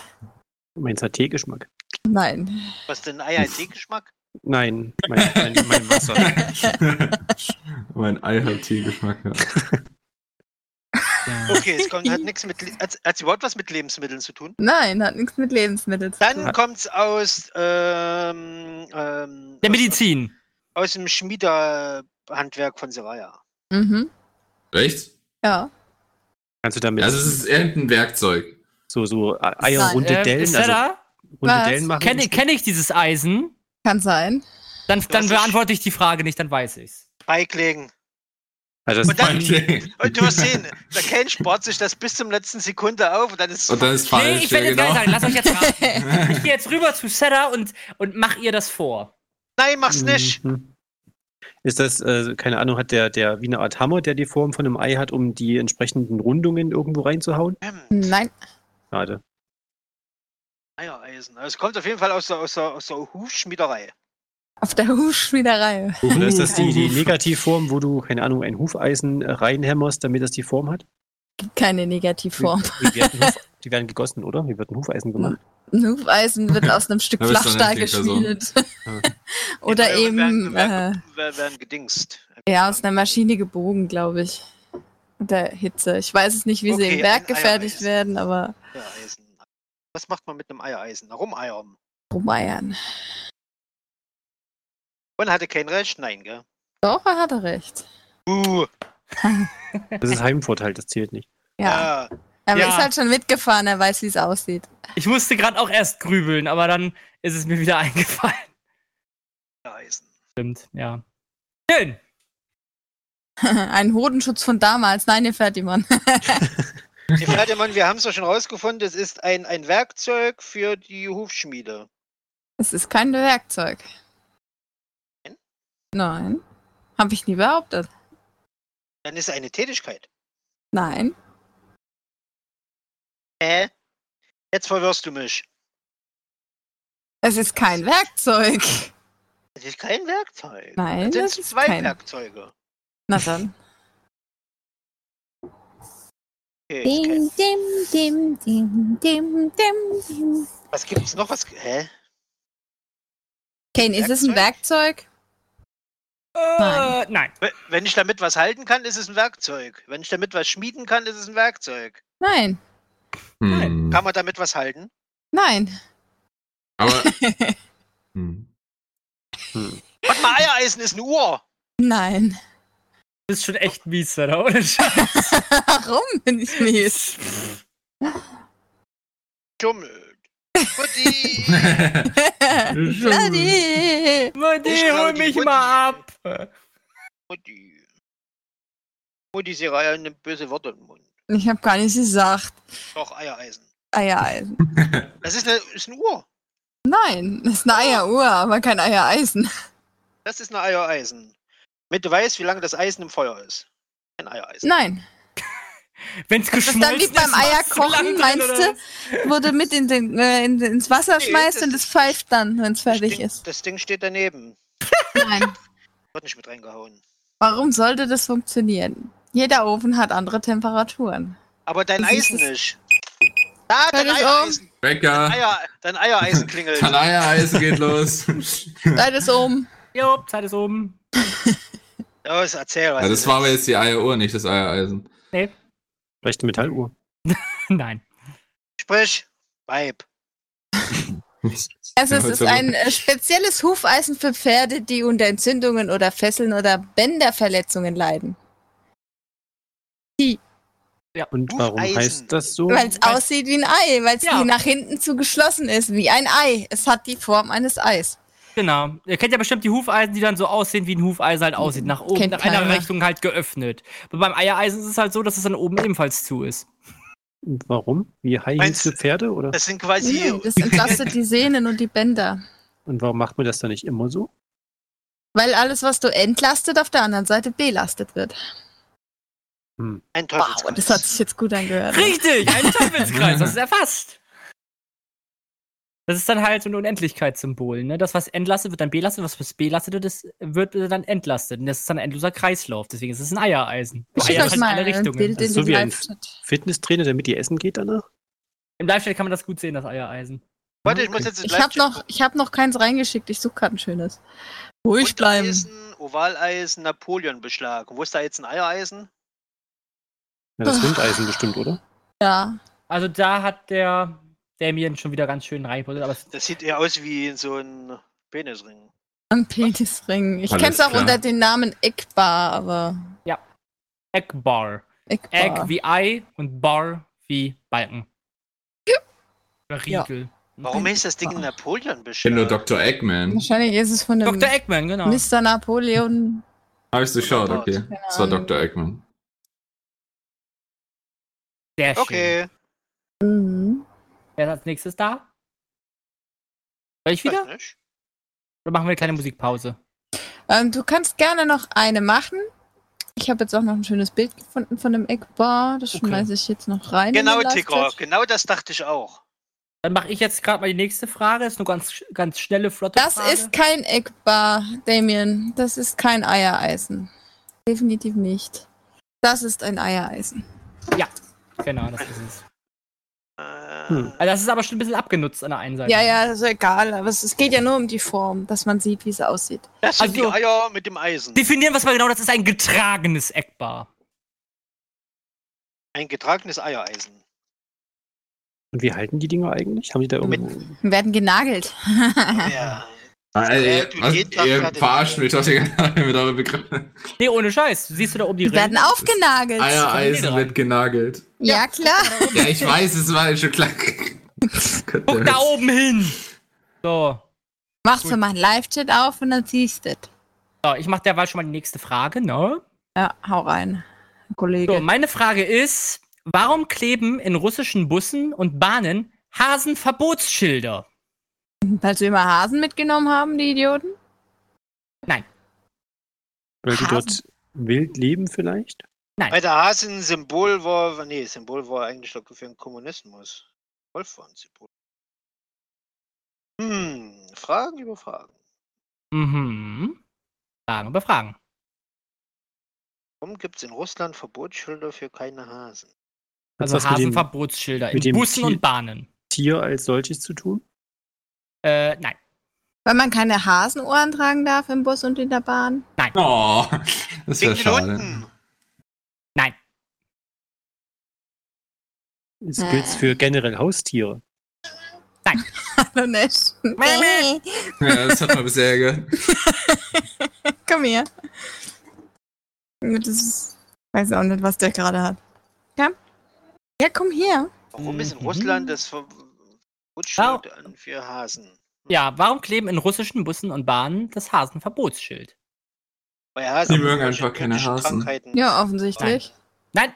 Meins hat Teegeschmack.
Nein.
Was denn AIT-Geschmack?
Nein, mein, mein, mein Wasser.
<laughs> mein Ei hat Teegeschmack. Ja.
Okay, es kommt, hat nichts mit, Le- hat, hat überhaupt was mit Lebensmitteln zu tun?
Nein, hat nichts mit Lebensmitteln zu
Dann
tun.
kommt's aus, ähm, ähm,
Der
aus-
Medizin.
aus dem Schmiederhandwerk von Seraya.
Mhm.
Echt?
Ja.
Kannst du damit
Also es ist irgendein Werkzeug.
so, so Eier
Nein.
runde
Äh,
Dellen,
ist er
also
da?
runde
Was?
Dellen machen?
Kenne kenn ich dieses Eisen?
Kann sein.
Dann, dann
hast
beantworte ich die Frage nicht, dann weiß ich's.
Beiklegen.
also das
Und dann-
Ding.
Und du
<laughs>
wirst sehen, der Ken spart sich das bis zum letzten Sekunde auf und dann ist
Und dann ist
nee,
falsch.
ich werde
ja,
jetzt gar
genau.
nicht sagen, lasst euch jetzt
<laughs>
raten. ich gehe jetzt rüber zu Sarah und, und mach ihr das vor.
Nein,
Mm.
mach's nicht.
Mhm. Ist das, äh, keine Ahnung, hat der, der wie eine Art Hammer, der die Form von einem Ei hat, um die entsprechenden Rundungen irgendwo reinzuhauen?
Ähm,
Nein.
Schade.
Eiereisen. Also es kommt auf jeden Fall aus der, aus der, aus der Hufschmiederei.
Auf der Hufschmiederei.
Oder
Hm,
ist das die, die
Huf.
Negativform, wo du, keine Ahnung, ein Hufeisen äh, reinhämmerst, damit das die Form hat?
Gibt keine Negativform.
Wie, wie werden Huf, die werden gegossen, oder? Wie wird ein Hufeisen gemacht?
Ein Hufeisen wird aus einem Stück
Da bist du
Flachstahl
eine Denkperson.
geschmiedet. <laughs> Oder
Die Neueren
eben äh,
werden, werden, werden, werden gedingst.
ja, aus einer Maschine gebogen, glaube ich. Und Der Hitze. Ich weiß es nicht, wie sie
Okay,
im Werk
ein
gefertigt
Eiereisen.
werden, aber
Eiereisen. Was macht man mit einem Eiereisen? Rumeiern.
rumeiern.
Und hatte kein Recht? Nein, gell?
Doch, er hatte recht.
Uh,
Das ist Heimvorteil, das zählt nicht.
Ja.
ja.
Aber
Ja.
ist halt schon mitgefahren, er weiß, wie es aussieht. <laughs>
Ich musste gerade auch erst grübeln, aber dann ist es mir wieder <laughs> eingefallen.
Eiereisen.
Stimmt, ja. Schön.
Ein Hodenschutz von damals. Nein, ihr fährt jemand.
Ihr fährt ja, Mann, wir haben es ja schon rausgefunden, es ist ein, ein Werkzeug für die Hufschmiede.
<laughs> Es ist kein Werkzeug.
Nein?
Nein. Habe ich nie behauptet.
Dann ist es eine Tätigkeit.
Nein.
Hä? Jetzt verwirrst du mich.
Es ist kein
<laughs>
Werkzeug.
Es ist kein Werkzeug.
Nein,
Es sind
das ist
zwei
kein-
Werkzeuge.
Na dann.
Okay, okay.
Dim, dim, <laughs> dim, dim, dim, dim, dim.
Was gibt's noch? Was? Hä?
Kane, ist es ein Werkzeug?
Äh,
Nein.
nein.
W- Wenn ich damit was halten kann, ist es ein Werkzeug. Wenn ich damit was schmieden kann, ist es ein Werkzeug.
Nein.
Hm.
Kann man damit was halten?
Nein.
Aber. Hm. <laughs>
Warte mal, Eiereisen ist eine Uhr.
Nein. <laughs>
Das ist schon echt mies, oder? Ohne <laughs> Scheiß.
Warum bin ich mies?
Schummelt.
<laughs>
Mutti.
Bloody.
Mutti,
Ich
hol
hau die
mich
Mutti.
mal ab.
Mutti. Mutti, sie reihen nimmt böse Worte in den Mund.
Ich habe gar nicht gesagt.
Doch, Eiereisen.
Eiereisen.
Das ist eine, ist eine Uhr.
Nein, das ist eine Eieruhr, aber kein Eiereisen.
Das ist eine Eiereisen. Damit du weißt, wie lange das Eisen im Feuer ist. Ein Eiereisen.
Nein.
Wenn's
ist
geschmolzen
dann wie beim
war's
Eierkochen,
zu lang drin,
meinst
oder
du? Wurde mit in den, äh, in, ins Wasser
Nee,
schmeißt
das
und
ist-
es pfeift dann, wenn es
Das
fertig
Ding-
ist.
Das Ding steht daneben.
Nein.
Wird nicht mit reingehauen.
Warum sollte das funktionieren? Jeder Ofen hat andere Temperaturen.
Aber dein
Das ist
Eisen
es.
nicht. Ah, dein
Hör dich
Eiereisen.
um.
Bäcker,
Eier, dein Eiereisen klingelt.
dein Eiereis geht los. ja,
Seid es um.
Jo, Zeit ist um. oben.
Los, erzähl was.
das war aber jetzt die Eieruhr, nicht das Eiereisen.
Vielleicht eine Metalluhr.
<laughs> Nein.
Sprich, Weib.
<laughs>
Also es ist ein äh, spezielles Hufeisen für Pferde, die unter Entzündungen oder Fesseln oder Bänderverletzungen leiden.
Und warum
Hufeisen.
heißt das so?
Weil es aussieht wie ein Ei, weil es
Ja.
wie nach hinten zu geschlossen ist, wie ein Ei. Es hat die Form eines Eis.
Genau. Ihr kennt ja bestimmt die Hufeisen, die dann so aussehen, wie ein Hufeisen halt aussieht. Nach oben,
Kennt
nach einer
keiner.
Richtung halt geöffnet. Aber beim Eiereisen ist es halt so, dass es dann oben ebenfalls zu ist.
Und warum? Wie High Heels
Meinst-
für Pferde? Oder?
Das sind quasi.
Nein, das entlastet die Sehnen und die Bänder.
Und warum macht man das dann nicht immer so?
Weil alles, was du entlastet, auf der anderen Seite belastet wird.
ein
Wow,
Teufelskreis.
und <laughs> das hat sich jetzt gut angehört.
Richtig, ein Teufelskreis, das ist erfasst. Das ist dann halt so ein Unendlichkeitssymbol. Ne? Das, was entlastet, wird dann belastet, was was belastet das wird, dann entlastet. Und das ist dann ein endloser Kreislauf. Deswegen ist es ein Eiereisen.
Ich schicke euch
in
mal
alle
ein
Richtungen. Also Oh,
Bild
Das
in
ist
so
den
wie ein-
Live-Chat.
Fitnesstrainer, damit die essen geht danach?
Im Live-Chat kann man das gut sehen, das Eiereisen.
Warte, ich muss jetzt
Ich habe noch, ich hab noch keins reingeschickt. Ich suche gerade ein schönes. Ruhig bleiben.
Eisen, Ovaleisen, Napoleon-Beschlag. Wo ist da jetzt ein Eiereisen?
Ja, das Windeisen bestimmt, oder?
Ja.
Also da hat der Damien schon wieder ganz schön reingepostet. Aber es-
Das sieht eher aus wie so ein Penisring.
Am Penisring. Ich
Alles
kenn's auch
klar.
unter dem Namen Ekbar, aber
Eckbar. Egg
Ekbar.
wie Ei und Bar wie Balken. Oder Riegel.
Warum heißt das Ding Napoleon-Beschlag?
Bin nur Dr. Eggman.
Wahrscheinlich ist es von dem
Dr. Eggman, genau.
Mr. Napoleon.
Habe ich geschaut,
Keine
okay. Das war
Ahnung.
Dr. Eggman.
Sehr schön.
Okay.
Mhm.
Wer ist als nächstes da? Soll ich wieder?
Weiß nicht.
Oder machen wir eine kleine Musikpause?
Ähm, du kannst gerne noch eine machen. Ich habe jetzt auch noch ein schönes Bild gefunden von dem Ekbar. Das
Okay.
schmeiße ich jetzt noch rein. in
Genau,
den
Tigger.
Live-Chat.
Genau das dachte ich auch.
Dann mache ich jetzt gerade mal die nächste Frage. Ist nur ganz, ganz schnelle, flotte
Das
Frage.
ist kein Ekbar, Damien. Das ist kein Eiereisen. Definitiv nicht. Das ist ein Eiereisen.
Genau, das ist es.
Äh,
Hm.
Also das ist aber schon ein bisschen abgenutzt an der einen Seite.
Ja, ja, ist egal. Aber es, es geht ja nur um die Form, dass man sieht, wie es aussieht.
Das sind
Also-
die Eier mit dem Eisen.
Definieren wir es mal genau. Das ist ein getragenes Eckbar.
Ein
<laughs>
getragenes Eiereisen.
Und wie halten die Dinger eigentlich? Haben die da irgendwo.
Wir werden genagelt.
Ja.
Ey,
Äh, du
was,
jeden Tag
Äh, ihr
gerade-
verarscht mich doch die ganze Zeit <laughs> mit euren Begriffen.
Nee, ohne Scheiß. Siehst du da oben die
Wir werden
Ringe?
aufgenagelt.
Eiereisen
dran.
wird genagelt.
ja, klar.
Ja, ich weiß, es war
<laughs>
schon klar. Gott,
Guck
der
da
Witz.
oben hin. So.
Machst du mal einen Live-Chat auf und dann siehst du es.
so ich mache derweil schon mal die nächste Frage. Ne?
Ja, hau rein, Kollege.
So, meine Frage ist, warum kleben in russischen Bussen und Bahnen Hasenverbotsschilder?
Weil sie immer Hasen mitgenommen haben, die Idioten.
Weil die dort
Hasen.
wild leben vielleicht?
Bei der Hasen Symbol war, nee, Symbol war eigentlich doch für den Kommunismus. Wolf war ein Symbol. Hm, Fragen über Fragen.
Mhm. Fragen über Fragen.
Warum gibt es in Russland Verbotsschilder für keine Hasen?
Hat's
Also
was mit dem
Hasenverbotsschilder
mit
in
dem
Bussen
Tier-
und Bahnen.
Tier als solches zu tun?
Äh, nein.
Weil man keine Hasenohren tragen darf im Bus und in der Bahn. <laughs>
Oh, das
Wegen
wäre
den
schade.
Hunden.
Das
Äh.
gilt für generell Haustiere.
Hallo <laughs> Nash.
Ja, das hat man
<laughs>
bisher gehört.
Komm her. Das ist, weiß auch nicht, was der gerade hat. Ja? Ja, komm her.
Hm,
Warum ist in
Mhm.
Russland das Ver- Verbotsschilder an für Hasen?
Ja, warum kleben in russischen Bussen und Bahnen das Hasenverbotsschild?
Bei Hasen
Die mögen
haben
einfach keine
genetische
Hasen.
Krankheiten.
Ja, offensichtlich.
Nein,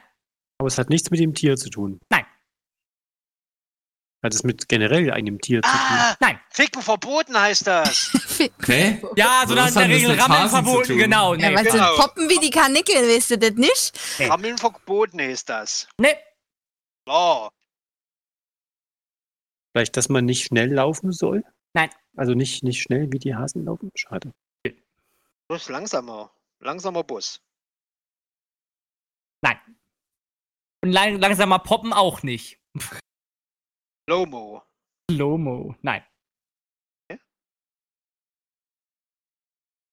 Aber es hat nichts mit dem Tier zu tun.
Nein.
Hat es mit generell einem Tier zu tun.
Ah,
nein.
Ficken verboten heißt das.
<laughs>
Hä?
Ja, so
Was
dann in der
hat das
Regel
mit
Rammeln
Hasen zu
verboten,
tun?
genau.
Ja,
Nee,
weil sie
genau.
poppen wie die Karnickel, weißt du das nicht?
Nee.
Rammeln verboten heißt das.
nee.
Klar.
Vielleicht, dass man nicht schnell laufen soll?
Nein.
Also nicht, nicht schnell wie die Hasen laufen? Schade.
Bus langsamer. Langsamer Bus.
Und lang, langsam mal poppen auch nicht.
Lomo.
Lomo. Nein.
Hä?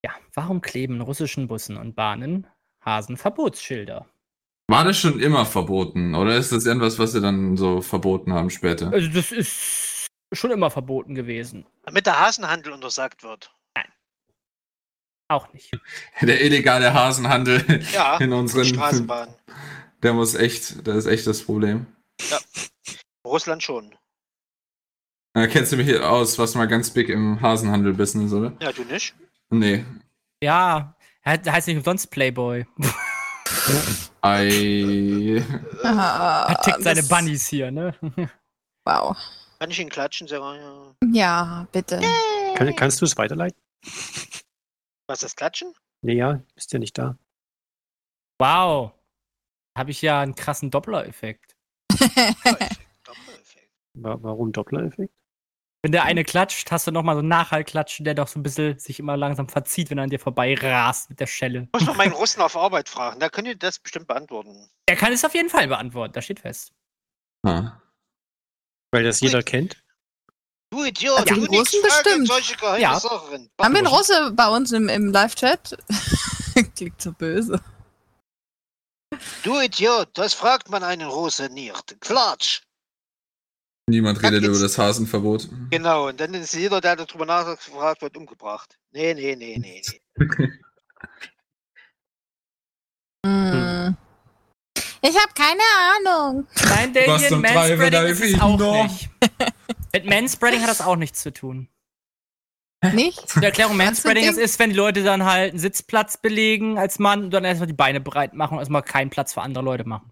Ja, warum kleben in russischen Bussen und Bahnen Hasenverbotsschilder?
War das schon immer verboten? Oder ist das irgendwas, was sie dann so verboten haben später?
Also das ist schon immer verboten gewesen.
Damit der Hasenhandel untersagt wird.
Auch nicht.
Der illegale Hasenhandel
Ja,
in unseren.
Straßenbahn.
Der muss echt, das ist echt das Problem.
Russland schon.
Äh, kennst du mich hier aus, was mal ganz big im Hasenhandel-Business, oder?
Ja, du nicht?
Nee.
Ja, er hat- heißt nicht umsonst Playboy.
<laughs>
Ei.
Ah,
Er tickt seine
das-
Bunnies hier, ne? <laughs>
Wow.
Kann ich ihn klatschen, Sarah?
Ja, bitte.
Kann, kannst du es weiterleiten?
Was das Klatschen?
Naja, bist ja nicht da.
Wow. Habe ich ja einen krassen Doppler-Effekt.
Doppeleffekt, Doppeleffekt.
Wa- Warum Doppler-Effekt?
Wenn der eine klatscht, hast du nochmal so einen Nachhallklatschen, der doch so ein bisschen sich immer langsam verzieht, wenn er an dir vorbei rast mit der Schelle.
Muss man meinen Russen auf Arbeit fragen, da könnt ihr das bestimmt beantworten.
Er kann es auf jeden Fall beantworten, das steht fest.
Ah.
Weil das jeder kennt.
Du Idiot,
Also
du
den Russen
fragst
bestimmt.
solche geheime
Ja.
Sachen.
Haben wir einen Russe bei uns im, im Live-Chat? <laughs> Klingt so böse.
Du Idiot, das fragt man einen Russen nicht. Klatsch.
Niemand
Da
redet
geht's-
über
<laughs>
das Hasenverbot.
Genau, und dann ist jeder, der darüber nachfragt, wird umgebracht. Nee, nee, nee, nee. nee.
Hm.
Ich habe keine Ahnung.
<laughs>
Nein, der
Was
hier
zum Treiben
Manspreading
darf
ist
ich
es auch
noch?
nicht. Mit Manspreading hat das auch nichts zu tun.
Nicht?
Zur Erklärung, Manspreading
ein
das
Ding?
ist, wenn die Leute dann halt einen Sitzplatz belegen als Mann und dann erstmal die Beine breit machen und erstmal keinen Platz für andere Leute machen.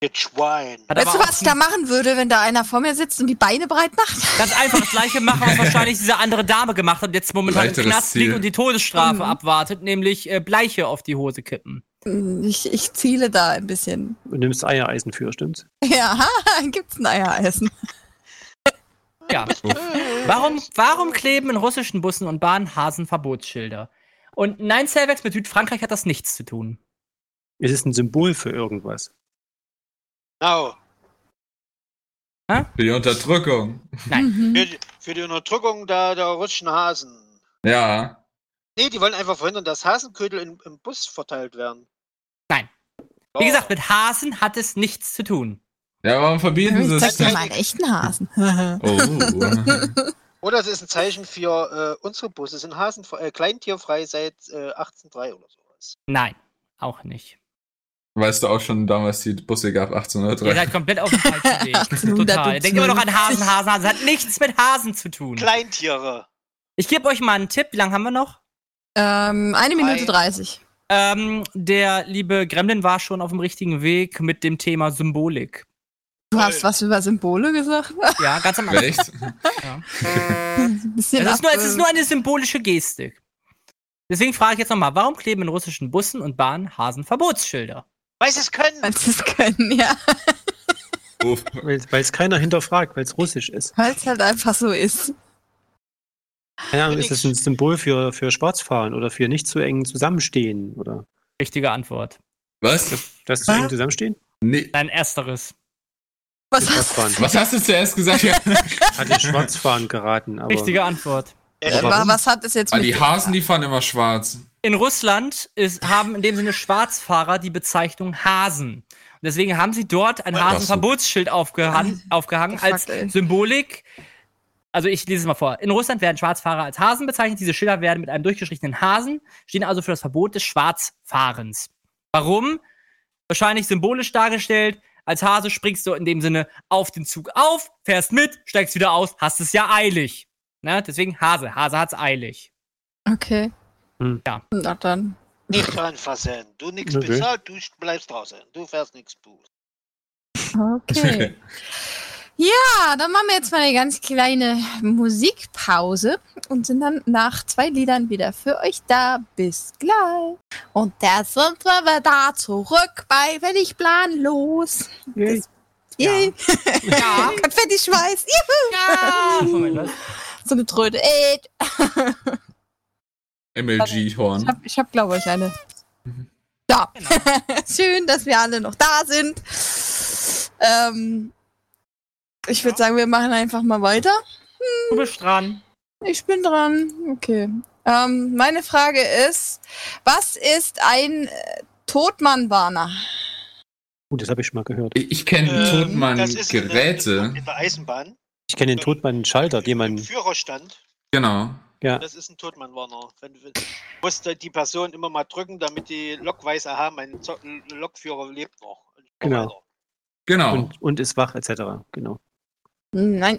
Ihr Schwein.
Hat
Weißt du,
aber auch
was ich da machen würde, wenn da einer vor mir sitzt und die Beine breit macht? <laughs>
Ganz einfach das gleiche machen, was wahrscheinlich diese andere Dame gemacht hat, jetzt momentan im
Leichteres
Knast
Ziel.
liegt und die Todesstrafe
Mhm.
abwartet, nämlich äh, Bleiche auf die Hose kippen.
Hm, Ich, ich ziele da ein bisschen. <laughs>
Du nimmst Eiereisen für, stimmt's?
Ja, <laughs> gibt's ein Eiereisen.
Ja. warum, warum kleben in russischen Bussen und Bahnen Hasenverbotsschilder? Und nein, Selvex mit Südfrankreich hat das nichts zu tun.
Es ist ein Symbol für irgendwas.
Genau.
Für die Unterdrückung.
Mhm.
Für, die- für die Unterdrückung der, der russischen Hasen.
Ja.
Nee, die wollen einfach verhindern, dass Hasenködel im, im Bus verteilt werden. Oh.
Nein.
Doch.
Oh.
Wie gesagt, mit Hasen hat es nichts zu tun.
Ja, warum verbieten sie
Ich
es
Äh, zeig dir
denn?
mal einen
<laughs>
echten Hasen.
Oh. <laughs>
Oder es ist ein Zeichen für äh, unsere Busse. Sind Hasen äh, kleintierfrei seit äh, 1803 oder sowas.
Nein, auch nicht.
Weißt du auch schon damals die Busse gab,
Ihr
1803?
seid komplett auf dem falschen Weg. Total. Ihr Denkt immer noch an Hasen, Hasen, Hasen. Das hat nichts mit Hasen zu tun.
Kleintiere.
Ich gebe euch mal einen Tipp. Wie lange haben wir noch?
Ähm, eine Minute
Ei.
dreißig.
Ähm, der liebe Gremlin war schon auf dem richtigen Weg mit dem Thema Symbolik.
Du hast was über Symbole gesagt?
Ja, ganz am Anfang.
Echt?
Ja.
<laughs> Ein bisschen
Es, ist nur,
ab-
es ist nur eine symbolische Gestik. Deswegen frage ich jetzt nochmal, warum kleben in russischen Bussen und Bahnen Hasenverbotsschilder?
Weiß es können.
Falls sie es können, ja.
Uff.
Weil es keiner hinterfragt, weil es russisch ist.
Weil es halt einfach so ist.
Keine Ahnung, ist es ein Symbol für, für Schwarzfahren oder für nicht zu eng zusammenstehen? Oder
Richtige Antwort.
Was?
das zu eng zusammenstehen?
Nee.
Dein ersteres.
Was hast du?
Schwarzfahren.
Was hast du zuerst gesagt? Ja.
Hat ihr Schwarzfahren geraten, aber.
Richtige Antwort.
Äh, wa- was hat es jetzt
Ah,
mit
die Hasen, die fahren immer schwarz.
In Russland ist, haben in dem Sinne Schwarzfahrer die Bezeichnung Hasen. Und deswegen haben sie dort ein Hasenverbotsschild aufgehan aufgehangen als
Fuck, ey.
Symbolik. Also ich lese es mal vor. In Russland werden Schwarzfahrer als Hasen bezeichnet. Diese Schilder werden mit einem durchgestrichenen Hasen, stehen also für das Verbot des Schwarzfahrens. Warum? Wahrscheinlich symbolisch dargestellt. Als Hase springst du in dem Sinne auf den Zug auf, fährst mit, steigst wieder aus, hast es ja eilig. Ne? Deswegen Hase. Hase hat's eilig.
Okay.
Hm.
Ja. <laughs>
Na dann.
Nicht anfassen. Du nichts
Okay.
bezahlt, du bleibst draußen. Du fährst nichts Bus.
<laughs>
Okay. ja, dann machen wir jetzt mal eine ganz kleine Musikpause und sind dann nach zwei Liedern wieder für euch da. Bis gleich.
Und da sind wir wieder zurück bei Wenn ich planlos.
Yay. Oh
Ja.
Konfetti-Schweiß.
ja. Moment, was?
So eine Tröte. Äh, Ich
MLG-Horn.
habe, ich hab, glaube ich, eine. Da.
Mhm.
<laughs> Schön, dass wir alle noch da sind. Ähm, ich würde sagen, wir machen einfach mal weiter.
Du bist dran.
Ich bin dran. Okay. Ähm, meine Frage ist, was ist ein äh, Todmannwarner?
Gut, das habe ich schon mal gehört.
Ich, ich kenne
Ähm,
Ähm, das ist in der-
Todmann-Geräte.
In der Eisenbahn.
Ich kenne den Tod bei einem Schalter, den
Im
man.
Führerstand.
Genau.
Ja.
Das ist ein Totmann-Warner. Wenn du du musst halt die Person immer mal drücken, damit die Lok weiß, aha, mein Zo- Lokführer lebt noch. Und so
Genau.
weiter.
Genau.
Und, und ist wach, etc. Genau.
Nein.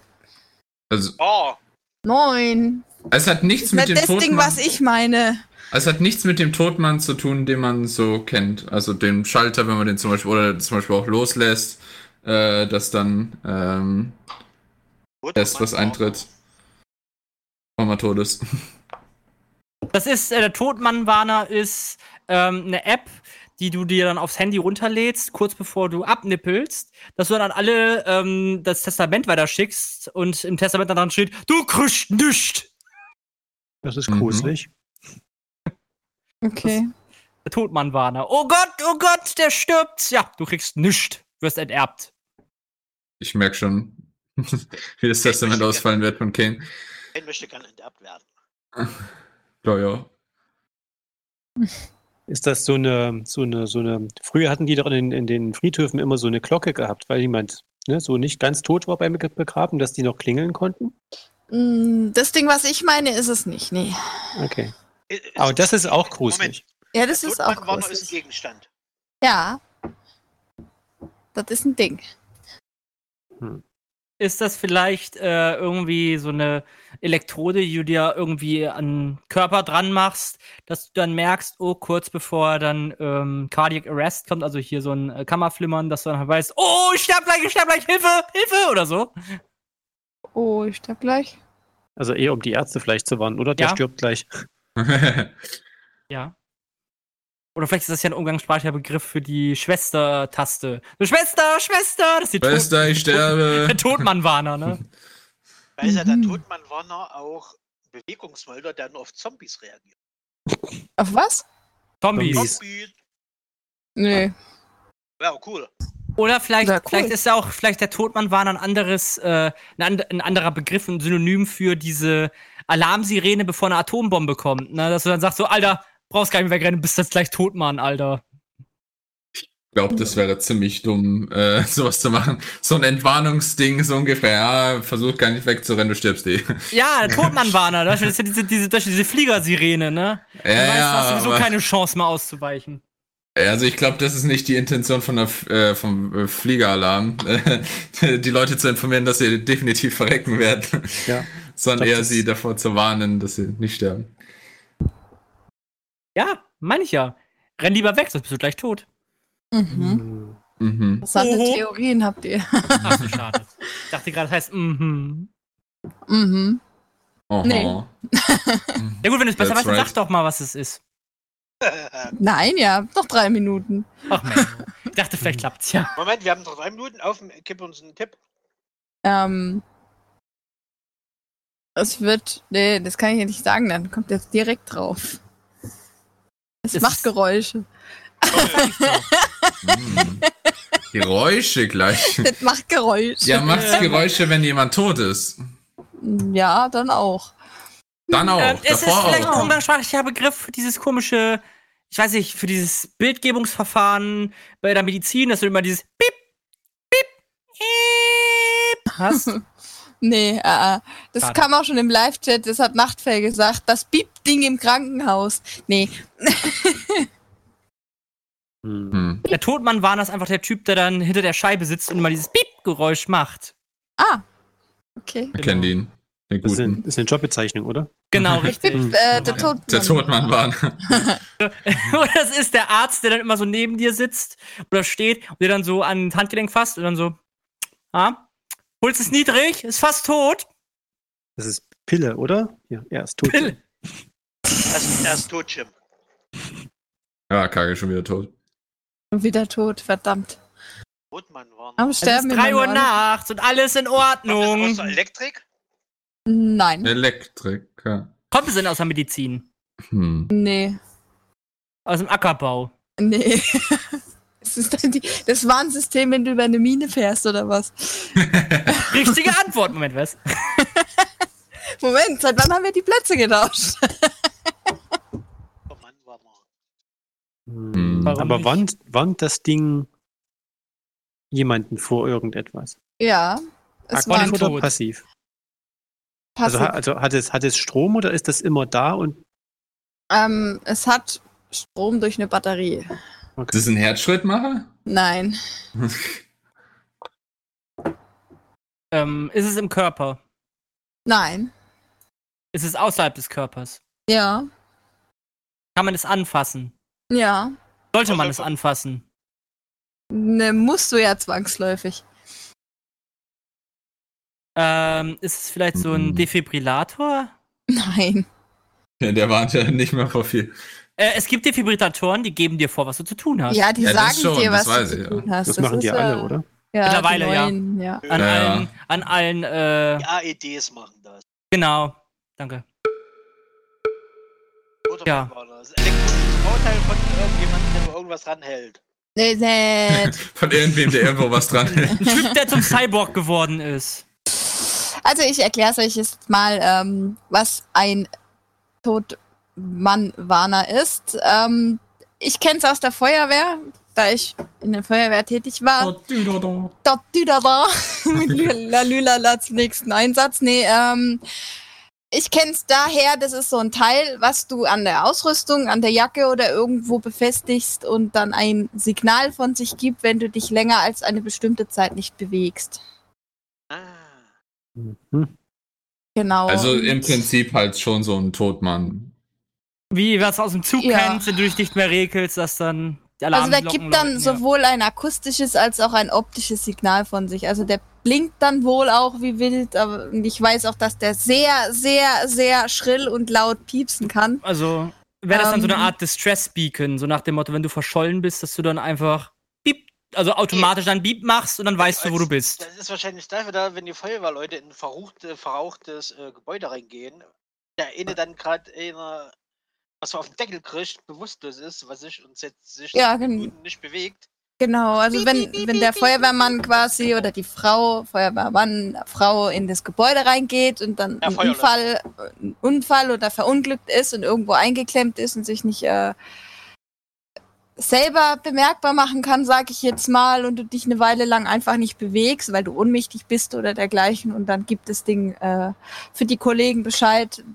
also,
Ja,
Neun.
es hat nichts
Das ist
mit dem
nicht das Ding,
Todmann.
was ich meine.
Es hat nichts mit dem Todmann zu tun, den man so kennt. Also den Schalter, wenn man den zum Beispiel oder zum Beispiel auch loslässt, äh, dass dann ähm, erst was eintritt. Mama tot ist.
Das ist, äh, der Todmannwarner ist ähm, eine App, die du dir dann aufs Handy runterlädst, kurz bevor du abnippelst, dass du dann an alle ähm, das Testament weiterschickst und im Testament dann dran steht, du kriegst nichts.
Das ist
Mhm.
gruselig.
Okay.
Der Todmann war ne. Oh Gott, oh Gott, der stirbt. Ja, du kriegst nichts. Du wirst enterbt.
<laughs> Ich merke schon, <laughs> wie das Testament ausfallen wird von Kane.
Kane möchte gerne enterbt werden.
Ja, ja. <laughs>
Ist das so eine, so eine, so eine. Früher hatten die doch in, in den Friedhöfen immer so eine Glocke gehabt, weil jemand ne, so nicht ganz tot war beim Be- Begraben, dass die noch klingeln konnten.
Mm, Das Ding, was ich meine, ist es nicht. Nee.
Okay.
Äh, äh,
Aber das ist auch
Moment,
gruselig.
Ja, das ist auch
Todmann war nur ist ein
gruselig.
Gegenstand.
Ja. Das ist ein Ding.
Ist das vielleicht äh, irgendwie so eine Elektrode, die du dir irgendwie an den Körper dran machst, dass du dann merkst, oh, kurz bevor dann ähm, Cardiac Arrest kommt, also hier so ein äh, Kammerflimmern, dass du dann halt weißt, oh, ich sterb gleich, ich sterb gleich, Hilfe, Hilfe oder so.
Oh, ich sterb gleich.
Also eher um die Ärzte vielleicht zu warnen, oder? Der
Ja.
stirbt gleich.
Ja. Oder vielleicht ist das ja ein umgangssprachlicher Begriff für die Schwester-Taste. So, Schwester, Schwester, das ist die Tot-
Schwester, ich sterbe.
<laughs> der Todmann-Warner,
<laughs>
ne?
Weil ja der Todmann Warner auch Bewegungsmelder, der nur auf Zombies reagiert.
Auf was?
Zombies.
Zombies.
Zombies.
Nö.
Ja, cool.
Oder vielleicht,
Ja, cool.
vielleicht ist ja auch, vielleicht der Todmann war ein anderes, äh, ein, and, ein anderer Begriff, ein Synonym für diese Alarmsirene, bevor eine Atombombe kommt, ne? Dass du dann sagst so, Alter, brauchst gar nicht mehr wegrennen, bist jetzt gleich Todmann, Alter.
Ich glaube, das wäre ziemlich dumm, äh, <laughs> sowas zu machen. So ein Entwarnungsding, so ungefähr. Ja, versuch gar nicht wegzurennen, du stirbst eh.
Ja,
<laughs>
der Todmann-Warner, das ist ja diese, diese, das ist diese Fliegersirene, ne?
Ja,
du weißt, du
ja,
hast sowieso
aber-
keine Chance mehr auszuweichen.
Also ich glaube, das ist nicht die Intention von der, F- äh, vom äh, Fliegeralarm, äh, <laughs> die Leute zu informieren, dass sie definitiv verrecken werden,
Ja.
<laughs> sondern
Ich glaub,
eher
das-
sie davor zu warnen, dass sie nicht sterben.
Ja, meine ich ja. Renn lieber weg, sonst bist du gleich
<laughs>
tot.
Mhm.
Hm.
Mhm.
Interessante
Oho.
Theorien habt ihr.
Ach, so schade. Ich dachte gerade, das heißt, mhm.
Mhm.
Oho.
Nee.
Ja gut, wenn du es besser
That's
weißt, dann
right.
sag doch mal, was es ist.
Nein, ja. Noch drei Minuten.
Ach Mensch. Ich dachte, vielleicht klappt's ja.
Moment, wir haben noch drei Minuten auf, gib uns einen Tipp.
Ähm. Es wird. Nee, das kann ich ja nicht sagen, dann kommt jetzt direkt drauf. Es
Es
macht
ist-
Geräusche. <laughs>
Mhm. Geräusche gleich.
Das macht Geräusche.
Ja, macht's Geräusche, wenn jemand tot ist.
Ja, dann auch.
Dann auch.
Ähm, es ist
davor
vielleicht ein
auch.
umgangssprachlicher Begriff für dieses komische, ich weiß nicht, für dieses Bildgebungsverfahren bei der Medizin, dass du immer dieses Piep, Piep, Piep hast.
Nee, äh, äh. das
Schade.
kam auch schon im Live-Chat, das hat Nachtfell gesagt. Das Beep-Ding im Krankenhaus. Nee,
Hm.
Hm.
der Todmann war das einfach der Typ, der dann hinter der Scheibe sitzt und immer dieses Piep-Geräusch macht.
okay.
Genau.
Wir kennen ihn. Den
Das ist,
guten.
ein, das ist eine Jobbezeichnung, oder?
<laughs>
Genau, richtig. <laughs>
Mhm.
Äh, der Todmann.
Der Todmann war.
Oder das ist der Arzt, der dann immer so neben dir sitzt oder steht und dir dann so an das Handgelenk fasst und dann so, ah, Puls ist niedrig, ist fast tot.
Das ist Pille, oder? Ja, er ist tot.
Pille.
Das, er ist tot, Jim.
Ja, Kage schon wieder tot.
Schon Wieder tot, verdammt.
Todmann Warner.
<laughs>
Am
Es
Sterben
ist 3
immer
Uhr
nur-
nachts und alles in Ordnung.
Kommt das aus der Elektrik?
Nein,
Elektriker.
Kommt es denn aus der Medizin?
Hm.
nee,
Aus dem Ackerbau?
nee. <laughs> Es ist dann die, das Warnsystem, wenn du über eine Mine fährst oder was.
<laughs>
Richtige Antwort, Moment, was?
Moment, seit wann haben wir die Plätze getauscht?
Todmann Warner.
Hm.
Warum
Aber
nicht?
warnt, warnt das Ding jemanden vor irgendetwas?
<laughs> Ja, es
Aktiv
war ein
Aktiv oder
tot.
passiv? Also,
Passiv.
ha- also hat, es, hat es Strom oder ist das immer da? Und,
Ähm, es hat Strom durch eine Batterie.
Ist das ein Herzschrittmacher?
Nein,
Ähm, ist es im Körper?
nein,
Ist es außerhalb des Körpers?
ja,
Kann man es anfassen?
ja.
Sollte man es anfassen?
Ne, musst du ja zwangsläufig. <laughs>
Ähm, ist es vielleicht so ein
Mhm.
Defibrillator?
Nein.
Ja, der warnt ja nicht mehr vor viel.
Äh, es gibt Defibrillatoren, die geben dir vor, was du zu tun hast.
Ja, die
Ja, das
sagen
schon,
dir,
das
was du
weiß
zu
ich, ja.
tun hast.
Das machen
ist,
die alle,
äh,
oder?
Ja,
Mittlerweile,
die
ja.
neuen, ja.
An
Ja, ja.
allen, an allen, äh,
Die AEDs machen das.
genau. Danke.
Oder
Ja.
war das? Elektronisches Vorteil von irgendjemandem, der nur irgendwas ranhält.
Nee, nee.
Von irgendwem, der irgendwo
<laughs>
was dran hält.
Genau.
Ein Typ, der zum Cyborg geworden ist.
Also ich erkläre euch jetzt mal, ähm, was ein Todmann-Warner ist. Ähm, ich kenne es aus der Feuerwehr, da ich in der Feuerwehr tätig war. Dort düdada. <laughs> Mit Lila Lülala zum nächsten Einsatz. Nee, ähm, ich kenn's daher, das ist so ein Teil, was du an der Ausrüstung, an der Jacke oder irgendwo befestigst und dann ein Signal von sich gibt, wenn du dich länger als eine bestimmte Zeit nicht bewegst.
Ah.
Mhm.
Genau.
Also im
Und-
Prinzip halt schon so ein Todmann.
Wie was aus dem Zug
Ja.
kennst, wenn du dich nicht mehr regelst, dass dann die
Also der
Alarmglocken
gibt dann
läuten, ja.
sowohl ein akustisches als auch ein optisches Signal von sich. Also der blinkt dann wohl auch wie wild, aber und ich weiß auch, dass der sehr, sehr, sehr schrill und laut piepsen kann.
Also wäre das dann so eine
Ähm.
Art Distress-Beacon, so nach dem Motto, wenn du verschollen bist, dass du dann einfach beep, also automatisch dann beep machst und dann weißt du, wo du bist.
Das ist wahrscheinlich dafür da, wenn die Feuerwehrleute in ein verruchte, verrauchtes äh, Gebäude reingehen, der eine dann gerade einer, was man auf den Deckel kriegt, bewusstlos ist, was sich und setzt sich
Ja,
zehn
gen-
Hm.
Minuten nicht bewegt.
Genau, also wenn, wenn der Feuerwehrmann quasi oder die Frau, Feuerwehrmann, Frau in das Gebäude reingeht und dann
Ja,
ein
Feuerlöscher.
Unfall, ein Unfall oder verunglückt ist und irgendwo eingeklemmt ist und sich nicht äh, selber bemerkbar machen kann, sage ich jetzt mal, und du dich eine Weile lang einfach nicht bewegst, weil du ohnmächtig bist oder dergleichen und dann gibt das Ding äh, für die Kollegen Bescheid,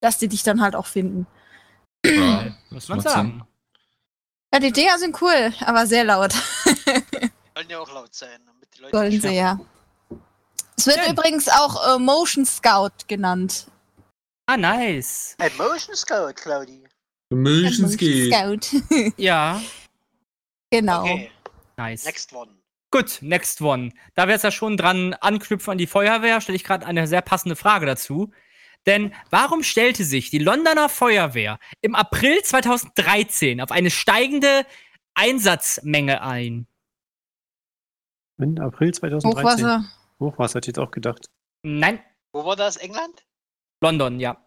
dass die dich dann halt auch finden.
Ja,
Muss
das
man
macht Sinn.
sagen.
Ja, die Dinger sind cool, aber sehr laut.
Sollen ja auch laut sein, damit die Leute
Sollen
nicht
sie, ja. Es wird
Schön.
übrigens auch äh, Motion Scout genannt.
Ah, nice.
Ein Motion Scout, Claudi.
Motion Ski.
Äh, Scout. <laughs>
Ja,
genau.
Okay,
nice.
next one.
Gut, next one. Da wir jetzt ja schon dran anknüpfen an die Feuerwehr, stelle ich gerade eine sehr passende Frage dazu. Denn warum stellte sich die Londoner Feuerwehr im April 2013 auf eine steigende Einsatzmenge ein?
In April 2013. Hochwasser.
Hochwasser.
Hochwasser, hätte ich jetzt auch gedacht.
Nein,
Wo war das? England?
London, ja.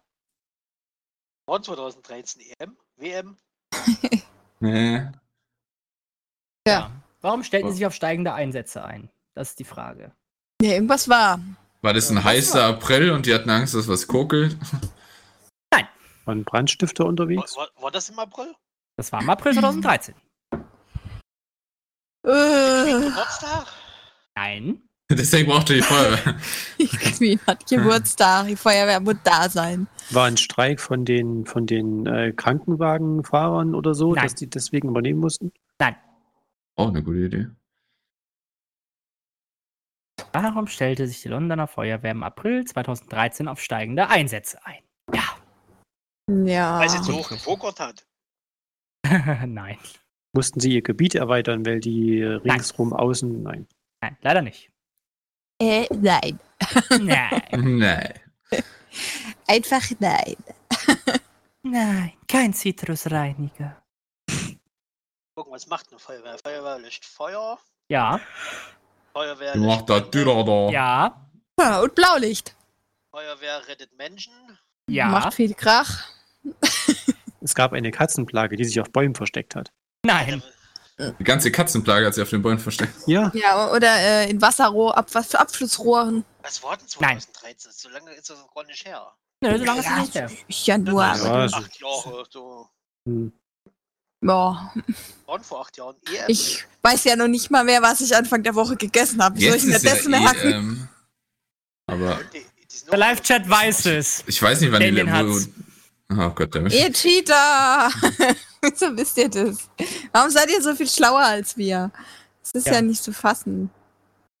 War E 2013 EM? WM?
Nee.
Warum stellten sie sich auf steigende Einsätze ein? Das ist die Frage.
Ja, irgendwas war.
War das ein heißer April und die hatten Angst, dass was kokelt? <laughs>
Waren Brandstifter
War,
unterwegs?
war, war das im April?
Das war im April 2013.
Äh, <laughs>
Ah.
Geburtstag?
Nein.
Deswegen brauchte die Feuerwehr. <laughs>
die Queen hat Geburtstag, die Feuerwehr muss da sein.
War ein Streik von den, von den äh, Krankenwagenfahrern oder so,
Nein.
dass die deswegen übernehmen mussten?
Auch eine gute Idee.
Warum stellte sich die Londoner Feuerwehr im April 2013 auf steigende Einsätze ein? <laughs>
Ja.
Weil sie so hoch gepokert hat.
Nein.
Mussten sie ihr Gebiet erweitern, weil die äh, ringsrum außen. Nein.
Nein, leider nicht.
Äh, nein.
<laughs> Nein.
Nein.
Einfach nein.
Nein, kein Zitrusreiniger.
Gucken, was macht eine Feuerwehr? Feuerwehr löscht Feuer.
Ja,
Feuerwehr
Die macht da
Brände,
Dürer
Oh.
da.
ja,
Ja, und Blaulicht.
Feuerwehr rettet Menschen.
ja.
Macht viel Krach.
Es gab eine Katzenplage, die sich auf Bäumen versteckt hat.
Nein.
Die ganze Katzenplage hat sie auf den Bäumen versteckt.
Ja,
Ja, oder äh, in Wasserrohr, Ab Ab Abflussrohren.
Was war denn
Nein.
2013? So lange ist das noch gar nicht her.
Nö, so lange ist es nicht her.
Ist Ja, nur.
Ja,
aber-
so-
acht Jahre, so.
hm.
Boah.
Waren vor acht Jahren E eher.
Ich weiß ja noch nicht mal mehr, was ich Anfang der Woche gegessen habe. Soll ich mir das
eh, äh,
merken?
ähm, aber
Der Live-Chat weiß es.
ich weiß nicht, wann die
Damien hat's.
Lemur. Oh Gott, der
Ihr Cheater! <laughs> Wieso wisst ihr das? Warum seid ihr so viel schlauer als wir? Das ist ja,
Ja.
nicht zu fassen.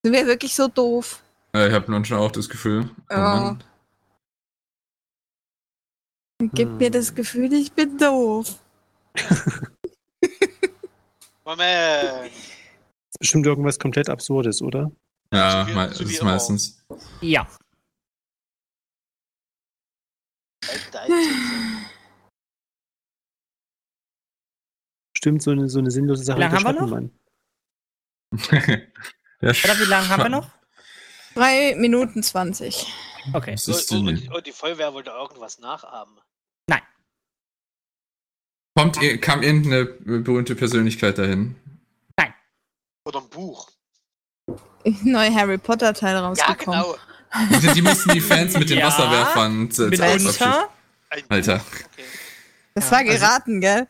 Sind wir wirklich so doof?
Äh, ich habe manchmal auch das Gefühl. Oh
Ja.
Mann.
Gibt mir das Gefühl, ich bin doof.
Moment.
Ist bestimmt irgendwas komplett Absurdes, oder?
Ja,
So wie-
mei-
so
das
wie
ist
immer.
meistens.
Ja.
Alter, Alter.
bestimmt so eine, so eine sinnlose Sache.
Wie lange
mit der
haben wir noch?
Schattenmann.
Oder wie lange haben wir noch?
Drei Minuten 20. <laughs>
Okay.
Was ist
und,
denn?
und, und oh, die Feuerwehr wollte irgendwas nachahmen.
Kommt, ir- kam irgendeine berühmte Persönlichkeit dahin?
Oder ein Buch.
Neuer Harry Potter Teil
Ja,
rausgekommen.
genau.
Die, die mussten die Fans mit den
<laughs> Ja,
Wasserwerfern äh,
Mit
abschießen.
Unter?
Ein
Alter.
Buch, okay.
Das war geraten, gell?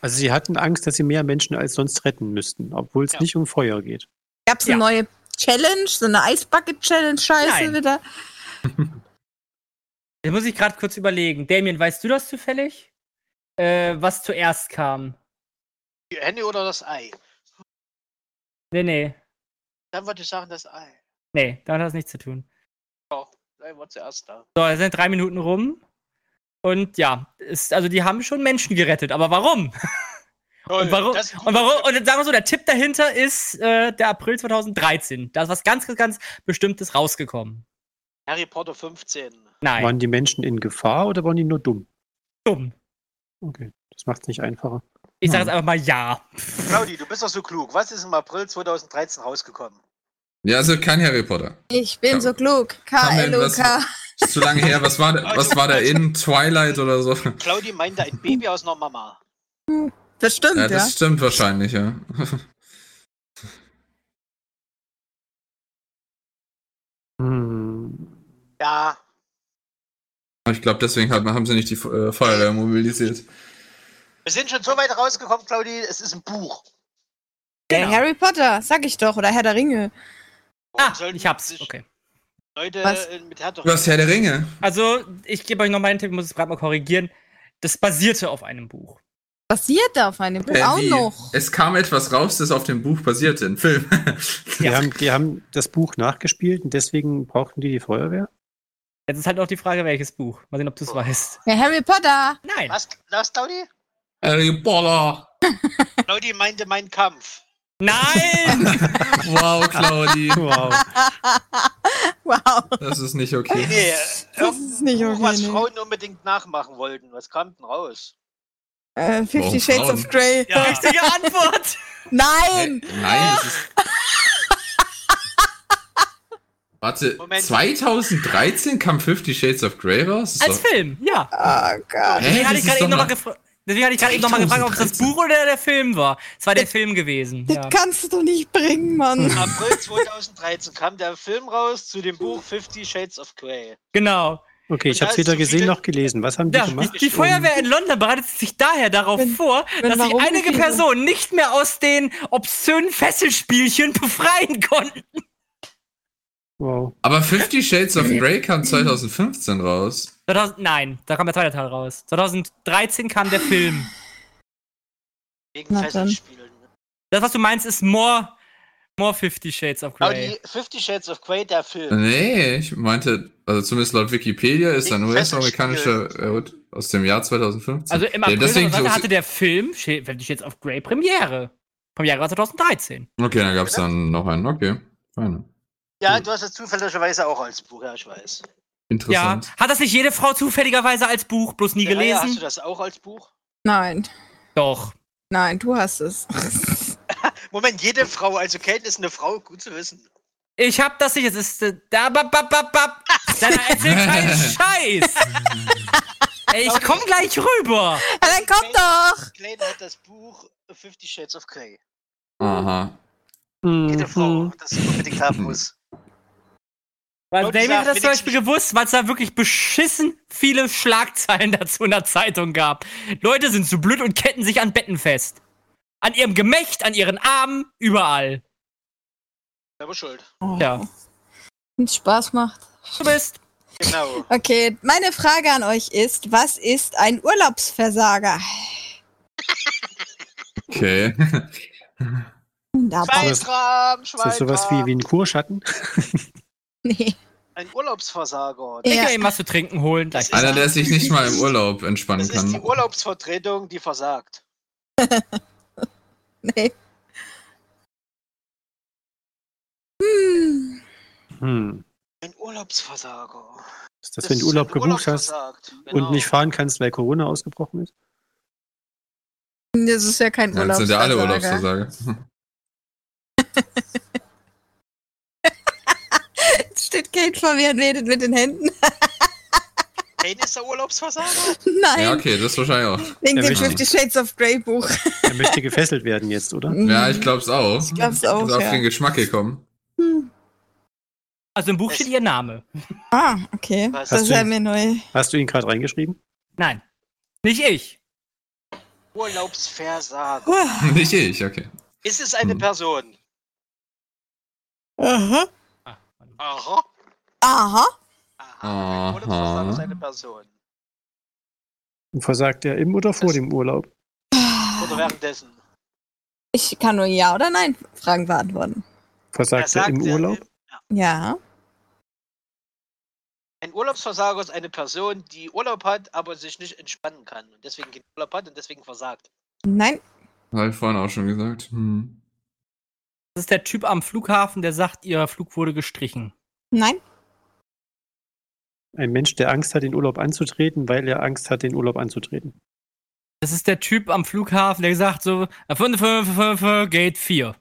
Also sie hatten Angst, dass sie mehr Menschen als sonst retten müssten, obwohl es
Ja.
nicht um Feuer geht.
Gab's eine
Ja.
neue Challenge, so eine Eisbucket-Challenge-Scheiße
Nein.
wieder?
Jetzt muss ich gerade kurz überlegen. Damien, weißt du das zufällig? Äh, was zuerst kam?
Die Hände oder das Ei?
Nee, nee.
Dann würde ich sagen, das Ei.
Nee, damit hat das nichts zu tun.
Nein, war zuerst da.
So, es sind drei Minuten rum. Und ja, ist, also die haben schon Menschen gerettet, aber warum? Und warum?
Das ist ein
Und
guter
warum?
Tipp.
Und jetzt sagen wir so, der Tipp dahinter ist äh, der April 2013. Da ist was ganz, ganz, ganz Bestimmtes rausgekommen.
Harry Potter 15.
Nein.
Waren die Menschen in Gefahr oder waren die nur dumm?
Dumm.
Okay, das macht es nicht einfacher.
Ich sage jetzt einfach mal ja.
Claudi, du bist doch so klug. Was ist im April 2013 rausgekommen?
Ja, also kein Harry Potter.
Ich bin
Ja.
so klug.
Haben wir was-
K-L-O-K.
Ist zu lange her. Was war, was war da in Twilight oder so?
Claudi meinte ein Baby aus einer Mama.
Bestimmt,
Ja,
ja.
das stimmt wahrscheinlich, ja.
Hm.
Ja,
Ich glaube, deswegen haben, haben sie nicht die äh, Feuerwehr mobilisiert.
wir sind schon so weit rausgekommen, Claudi. Es ist ein Buch. Genau.
Genau.
Der Harry Potter, sag ich doch, oder Herr der Ringe.
Warum
Ah,
sollten
ich hab's.
sich
Okay.
Leute
Was?
äh, mit Herr
Du hast Herr der Ringe.
Also, ich gebe euch noch mal einen Tipp, ich muss es gerade mal korrigieren. Das basierte auf einem Buch.
Basiert da auf einem Buch
Äh,
auch
wie?
noch.
Es kam etwas raus, das auf dem Buch basierte, ein Film. <laughs>
Die, haben, die haben das Buch nachgespielt und deswegen brauchten die die Feuerwehr?
Jetzt ist halt noch die Frage, welches Buch. Mal sehen, ob du es weißt.
Der Harry Potter.
Nein.
Was, was, Claudi?
Harry Potter.
Claudi meinte meinen Kampf. <laughs>
Nein!
Wow, Claudi.
Wow.
wow,
Das ist nicht okay.
Nee,
das
irgendein
ist nicht
Buch, was
okay.
Frauen unbedingt nachmachen wollten. Was kam denn raus?
nee. Äh, Fifty
Warum
Shades of
Frauen?
Grey.
Ja.
Richtige Antwort!
Nein!
Nein, das ist. Warte,
Moment.
2013 kam Fifty Shades of Grey raus? Das
Als
ist doch-
Film, ja.
Oh Gott.
Hä,
Deswegen hatte
das
ich
ist
gerade eben
doch
nochmal
noch-
gefragt. Deswegen hatte ich gerade eben nochmal gefragt, ob es das
2013.
Buch oder der Film war. Es war der Film gewesen.
Das
Ja.
kannst du nicht bringen, Mann.
Im April 2013 kam der Film raus zu dem Buch Fifty Shades of Grey.
Genau.
<laughs> Okay, ich
Und da
habe
ist
es weder
so
gesehen
viele-
noch gelesen. Was haben die
Ja,
gemacht?
die, die Feuerwehr in London bereitet sich daher darauf
Wenn-
vor,
wenn
dass sich
warum
einige
viele-
Personen nicht mehr aus den obszönen Fesselspielchen <laughs> befreien konnten.
Wow.
Aber Fifty Shades of Grey kam 2015 raus.
2000, nein, da kam der zweite Teil raus. 2013 kam der Film.
Wegen
Na dann.
Fesselspielen.
Das, was du meinst, ist more, more 50 Shades of Grey.
Claudi, Fifty Shades of Grey, der
Äh,
Film.
Nee, ich meinte, also zumindest laut Wikipedia ist ein
Wegen
US-amerikanischer äh, aus dem Jahr 2015.
Also im
Ja,
April
deswegen-
2013 hatte der Film Sh- 50 Shades of Grey Premiere. Premiere war 2013.
Okay, dann gab es dann noch einen. Okay, fein.
Ja, du hast das zufälligerweise auch als Buch, ja, ich weiß.
Ja.
Interessant.
Hat das nicht jede Frau zufälligerweise als Buch, bloß nie
Soraya,
gelesen?
Hast du das auch als Buch?
Nein,
Doch.
nein, du hast es. <laughs>
Moment, jede Frau, also Kate ist eine Frau, gut zu wissen.
Ich hab das nicht, es ist. äh, Da, bap, bap, bap, bap. Dann erzähl keinen Scheiß! Ey, ich komm gleich rüber!
Ja, dann komm doch!
Klein hat das Buch Fifty Shades of Grey.
Aha.
Hm.
Mhm.
Jede Frau, das sie unbedingt
Mhm.
haben muss.
Weil
Und
Damien
dieser
hat das zum
Felix-
Beispiel gewusst, weil es da wirklich beschissen viele Schlagzeilen <laughs> dazu in der Zeitung gab. Leute sind so blöd und ketten sich an Betten fest. An ihrem Gemächt, an ihren Armen, überall.
Selber schuld.
Ja.
Wenn's Spaß macht.
Du bist.
Genau.
Okay, meine Frage an euch ist, was ist ein Urlaubsversager?
Okay. <laughs>
Wunderbar.
Schweißrahmen,
Ist das sowas wie,
Schweißrahmen.
wie ein Kurschatten?
Nee.
Ein Urlaubsversager.
Ich
Ja.
kann ihm was zu trinken holen. Gleich.
Einer, der sich nicht mal im Urlaub
Das
entspannen
ist die
kann.
Urlaubsvertretung, die versagt.
Nee. Hm.
Hm.
Ein Urlaubsversager.
Was ist das, wenn du Urlaub gebucht hast
versagt.
und nicht fahren kannst, weil Corona ausgebrochen ist?
Das ist ja kein
Ja, das sind ja alle Urlaubsversage.
Steht Kate vor mir und wedelt mit den Händen. <laughs>
Kane ist der Urlaubsversager?
Nein,
Ja, okay, das wahrscheinlich auch.
wegen
Ja,
dem
richtig.
Fifty Shades of Grey Buch.
Er möchte gefesselt werden jetzt, oder?
Ja, ich glaub's auch. Ich
glaub's auch,
Ist auf
ja.
den Geschmack gekommen. <laughs>
Hm.
Also im Buch steht ihr Name.
Ah, okay.
Was?
das
Hast du
wäre
ihn-
mir neu.
Hast du ihn gerade reingeschrieben?
Nein. Nicht ich.
Urlaubsversager.
Uah,
Nicht ich, okay.
Ist es eine
Hm.
Person?
Aha.
Ah,
Aha.
Aha.
Aha.
Aha.
Ein Urlaubsversager ist eine Person.
Und versagt er im oder vor dem Urlaub?
Oder währenddessen.
Ich kann nur Ja oder Nein Fragen beantworten.
Versagt er, im
ja,
Urlaub?
Ja.
Ein Urlaubsversager ist eine Person, die Urlaub hat, aber sich nicht entspannen kann. Und deswegen keinen Urlaub hat und deswegen versagt.
Nein.
Das habe ich vorhin auch schon gesagt. Hm.
Das ist der Typ am Flughafen, der sagt, ihr Flug wurde gestrichen.
Nein.
Ein Mensch, der Angst hat, den Urlaub anzutreten, weil er Angst hat, den Urlaub anzutreten.
Das ist der Typ am Flughafen, der sagt so, 5, 5, 5, 5, Gate 4.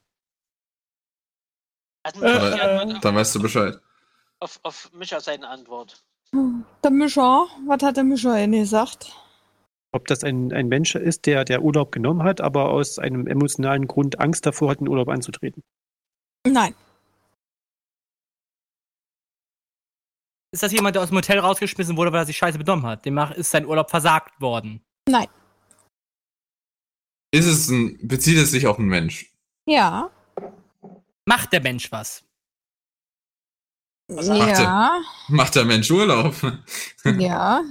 Hatten wir
Äh,
die <laughs> Antwort
Dann weißt du Bescheid.
auf, auf Micha seine Antwort.
Der Mischer. Was hat der Mischer denn gesagt?
Ob das ein, ein Mensch ist, der, der Urlaub genommen hat, aber aus einem emotionalen Grund Angst davor hat, den Urlaub anzutreten.
Nein.
Ist das jemand, der aus dem Hotel rausgeschmissen wurde, weil er sich scheiße benommen hat? Demnach ist sein Urlaub versagt worden.
Ist es ein, bezieht es sich auf einen Mensch? <laughs>
Ja.
Macht der Mensch was?
sagt
er?
ja.
Macht der Mensch Urlaub? <laughs>
ja.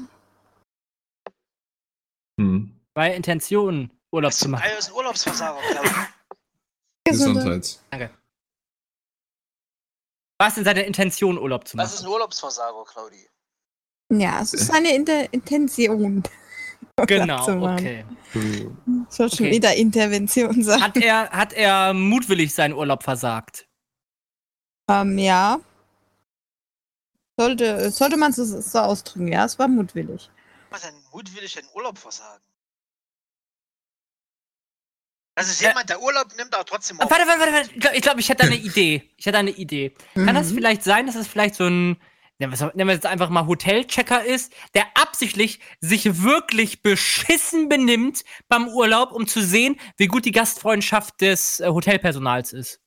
Hm.
Bei Intention, Urlaub zu machen.
Er ist ein Urlaubsversager, glaube ich.
<laughs>
Gesundheit.
Was ist seine Intention, Urlaub zu
Das
machen?
ist ein Urlaubsversager, Claudi.
Ja, es ist eine Inter Intention. <laughs>
Genau,
Zu machen.
okay.
Ich wollte schon
Okay.
wieder Intervention sagen.
Hat er, hat er mutwillig seinen Urlaub versagt?
Ähm, ja. Sollte, sollte man so, so ausdrücken, ja, es war mutwillig.
Was denn mutwillig den Urlaub versagen? Das Also, ist jemand, der Urlaub nimmt, aber trotzdem
Oh.
Ah,
Urlaub.
warte, warte, warte, warte. Ich glaube, glaub, ich hätte eine Idee. Ich hätte eine Idee. Kann
Mhm.
das vielleicht sein, dass es vielleicht so ein, nennen wir es- nennen wir es jetzt einfach mal Hotelchecker ist, der absichtlich sich wirklich beschissen benimmt beim Urlaub, um zu sehen, wie gut die Gastfreundschaft des äh, Hotelpersonals ist?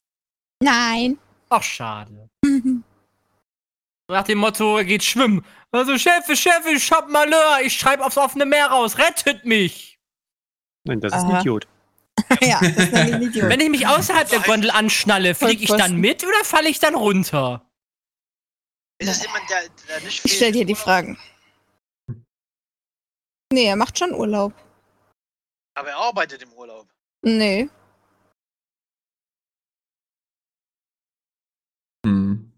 Nein. <laughs>
Ach, schade. So Nach dem Motto, er geht schwimmen. Also, Chef, Chef, ich hab Malheur, ich schreibe aufs offene Meer raus, rettet mich!
Nein, das ist
Aha.
ein Idiot.
ja, das ist nämlich ein Idiot.
Wenn ich mich außerhalb der Gondel anschnalle, fliege ich dann
Vollpfosten.
mit oder falle ich dann runter?
Ist es jemand, der, der nicht
Ich
viel
stell dir die
Urlaub-
Fragen. Nee, er macht schon Urlaub.
Aber er arbeitet im Urlaub.
Nee.
Hm.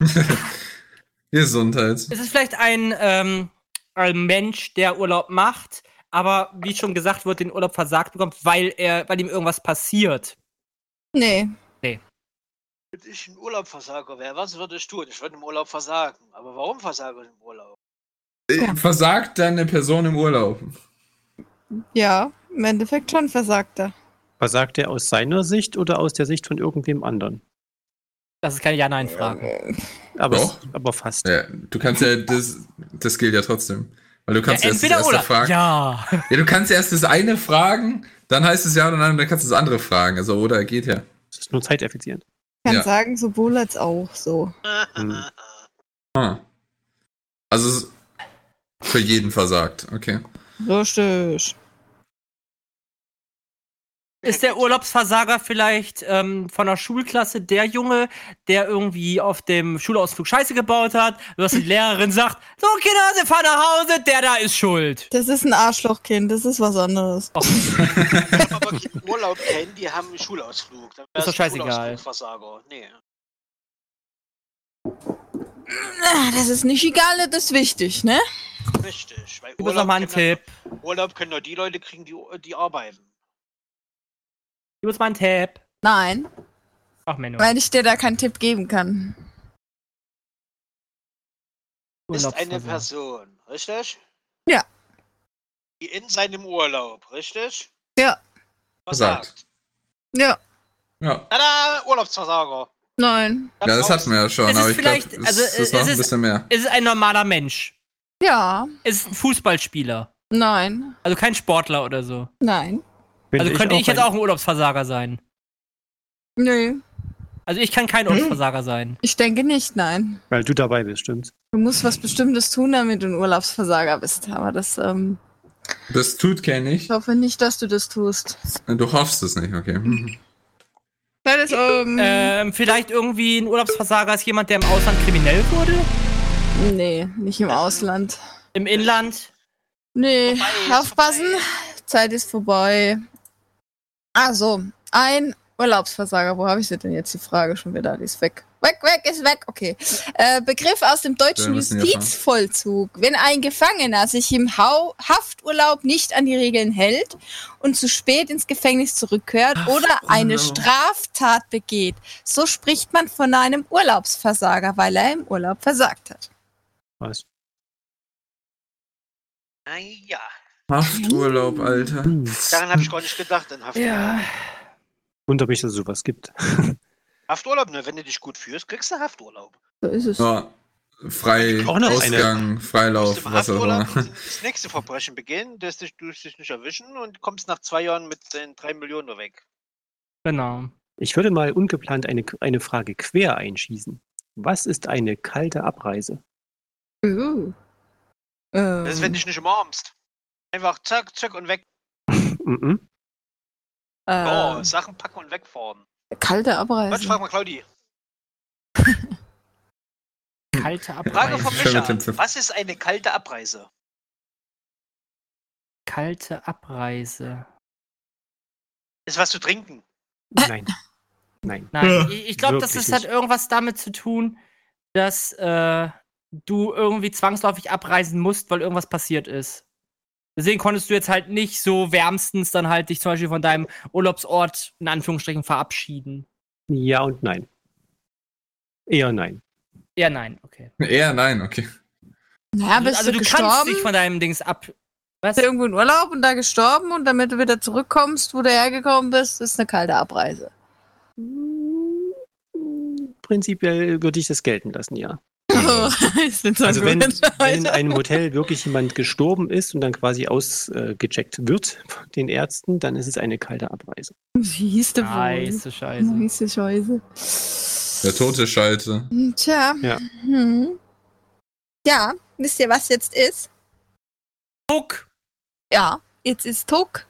<laughs> Gesundheit.
Es ist vielleicht ein, ähm, ein Mensch, der Urlaub macht, aber wie schon gesagt wird, den Urlaub versagt bekommt, weil er, weil ihm irgendwas passiert.
Nee.
Wenn ich ein Urlaubversager wäre, was würde ich tun? Ich würde im Urlaub versagen. Aber warum versage ich im Urlaub?
Äh, Versagt dann eine Person im Urlaub?
Ja, im Endeffekt schon versagt er.
Versagt er aus seiner Sicht oder aus der Sicht von irgendwem anderen?
Das ist keine Ja-Nein-Frage.
Aber,
Doch.
aber fast.
Ja, du kannst ja, das, das gilt ja trotzdem. Weil du kannst
ja,
erst das
entweder
erste
oder.
fragen. Ja.
Ja.
du kannst erst das eine fragen, dann heißt es ja oder nein, und dann kannst du das andere fragen. Also oder geht ja.
Das ist nur zeiteffizient.
Ich kann
Ja.
sagen, sowohl als auch so.
Hm.
Ah. Also es ist für jeden versagt, okay.
Richtig.
Ist der Urlaubsversager vielleicht ähm, von der Schulklasse der Junge, der irgendwie auf dem Schulausflug Scheiße gebaut hat, was die Lehrerin sagt, so Kinder, sie fahren nach Hause, der da ist schuld.
Das ist ein Arschlochkind, das ist was anderes.
Die haben aber keinen Urlaub kennen, die haben einen Schulausflug. Dann wär's
Ist doch
ein
scheißegal.
Schulausflugversager. Nee.
Ah, Das ist nicht egal, das ist wichtig, ne?
Richtig. Weil
Gib uns noch mal einen
können,
Tipp.
Urlaub können nur die Leute kriegen, die, die arbeiten.
Gib uns mal einen Tab.
Nein,
Ach, Menno.
weil ich dir da keinen Tipp geben kann.
Ist eine
Urlaubsversager.
Person, richtig?
Ja.
Die in seinem Urlaub, richtig?
Ja,
Versagt.
ja.
Ja.
Tada, Urlaubsversager.
Nein.
ja, das hatten wir ja schon,
Es ist
aber ich glaube,
vielleicht-
es
also,
ist
es
noch ein
ist-
bisschen mehr.
Es ist ein normaler Mensch.
Ja.
Es ist ein Fußballspieler.
Nein.
Also kein Sportler oder so.
Nein.
Bin
Also könnte ich, jetzt
ein-
auch ein Urlaubsversager sein.
Nö.
Also ich kann kein Urlaubsversager sein.
Ich denke nicht, nein.
Weil du dabei bist, stimmt.
Du musst was Bestimmtes tun, damit du ein Urlaubsversager bist. Aber das, ähm,
Das tut kenne ich.
ich hoffe nicht, dass du das tust.
Du hoffst es nicht, okay. Hm.
Weil das, ähm,
Ähm, vielleicht irgendwie ein Urlaubsversager ist jemand, der im Ausland kriminell wurde?
nee, nicht im Ausland.
Im Inland?
Nee,
Vorbei,
aufpassen. Zeit ist vorbei. Also, ein Urlaubsversager. Wo habe ich sie denn jetzt? Die Frage schon wieder. Die ist weg. Weg, weg, ist weg. Okay. Äh, Begriff aus dem deutschen
Wir müssen hier fahren.
Justizvollzug. Wenn ein Gefangener sich im Hau Hafturlaub nicht an die Regeln hält und zu spät ins Gefängnis zurückkehrt oder
oh
eine Straftat begeht, so spricht man von einem Urlaubsversager, weil er im Urlaub versagt hat.
Was?
Naja,
Hafturlaub, Alter.
Hm.
Ah, daran habe ich gar nicht gedacht in Haft.
Wundert mich, dass es sowas gibt.
Hafturlaub, ne? Wenn du dich gut führst, kriegst du Hafturlaub.
So ist es.
Ja, frei,
Auch noch
Ausgang,
Musst
Freilauf,
im
was auch
Hafturlaub
immer.
<laughs> das nächste Verbrechen begehen, dass dich, du dich nicht erwischen und kommst nach zwei Jahren mit den drei Millionen nur weg.
Genau.
Ich würde mal ungeplant eine, eine Frage quer einschießen. Was ist eine kalte Abreise?
Uh.
Das ist, wenn dich nicht umarmst. Einfach zack, zack und weg.
Mhm.
Ähm,
Oh, Sachen packen und wegfahren.
Kalte
Mensch,
Abreise.
frag mal Claudi.
Kalte
Frage von
Schön
Micha.
mit dem Pfiff.
Was ist eine kalte Abreise?
Kalte Abreise.
Ist was zu trinken.
Äh.
Nein. Nein.
Nein,
Ja.
ich, ich glaube, das
Wirklich
ist, hat
nicht.
irgendwas damit zu tun, dass äh, du irgendwie zwangsläufig abreisen musst, weil irgendwas passiert ist. Deswegen konntest du jetzt halt nicht so wärmstens dann halt dich zum Beispiel von deinem Urlaubsort in Anführungsstrichen verabschieden.
Ja und nein. Eher nein.
Ja, nein, okay.
<laughs> Eher nein, okay.
Naja,
also
bist
also
du
du kannst
gestorben?
dich von deinem Dings ab. Was?
Bist du irgendwo in Urlaub und da gestorben und damit du wieder zurückkommst, wo du hergekommen bist, ist eine kalte Abreise. <laughs>
Prinzipiell würde ich das gelten lassen, ja.
Oh.
Ich bin so
Also wenn,
blöd
wenn in
heute. <laughs>
einem Hotel wirklich jemand gestorben ist und dann quasi ausgecheckt wird von den Ärzten, dann ist es eine kalte Abreise.
Wie hieß der wohl?
Scheiße,
Wie
Scheiße.
hieß die Scheiße?
Der tote Schalte.
Tja.
Ja.
Hm. Ja, wisst ihr, was jetzt ist?
Guck!
Ja, jetzt ist Tuck.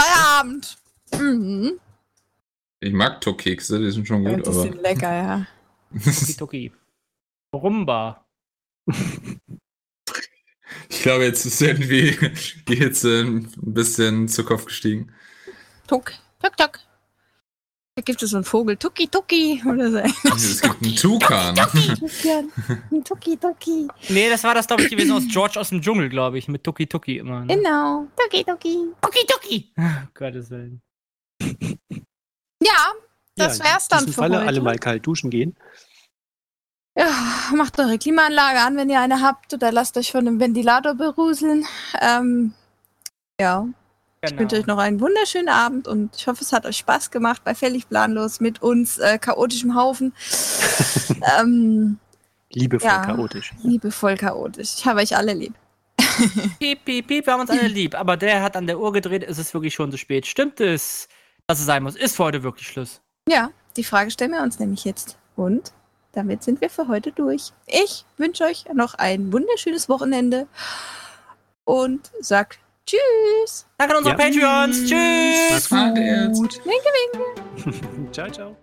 Feierabend. Mhm.
Ich mag Tokekse, die sind schon
Ja,
gut,
die
aber. <laughs>
sind lecker, ja.
Tuki, Tuki. Rumba.
ich glaube, jetzt ist irgendwie <laughs> die Hitze ein bisschen zu Kopf gestiegen.
Tuck, tuck, tuck. Da gibt es so einen Vogel, Tucki, Tucki. Oder so.
Es gibt einen Tukan.
Ein Tucki, Tucki.
Nee, das war das, glaube ich, gewesen aus George aus dem Dschungel, glaube ich, mit Tuki Tuki immer. Ne?
Genau. Tucki, Tucki.
Tuki Tuki! Gottes Willen.
Ja, das
ja,
wär's dann
In diesem
für
Falle
heute.
alle mal kalt duschen gehen.
ja, macht eure Klimaanlage an, wenn ihr eine habt, oder lasst euch von einem Ventilator beruseln. Ähm, ja, ich
Genau.
wünsche
Genau.
euch noch einen wunderschönen Abend und ich hoffe, es hat euch Spaß gemacht bei Fällig Planlos mit uns äh, chaotischem
<laughs>
Haufen. ähm,
Liebevoll
Ja.
chaotisch.
liebevoll chaotisch. Ich habe euch alle lieb.
Piep, piep, piep, wir haben uns alle lieb. Aber der hat an der Uhr gedreht, ist es wirklich schon zu spät. Stimmt es, dass es sein muss? Ist für heute wirklich Schluss?
Ja, die Frage stellen wir uns nämlich jetzt. Und damit sind wir für heute durch. Ich wünsche euch noch ein wunderschönes Wochenende und sag Tschüss.
Danke an unsere
Ja.
Patreons. Tschüss.
Was war der jetzt?
ciao, ciao.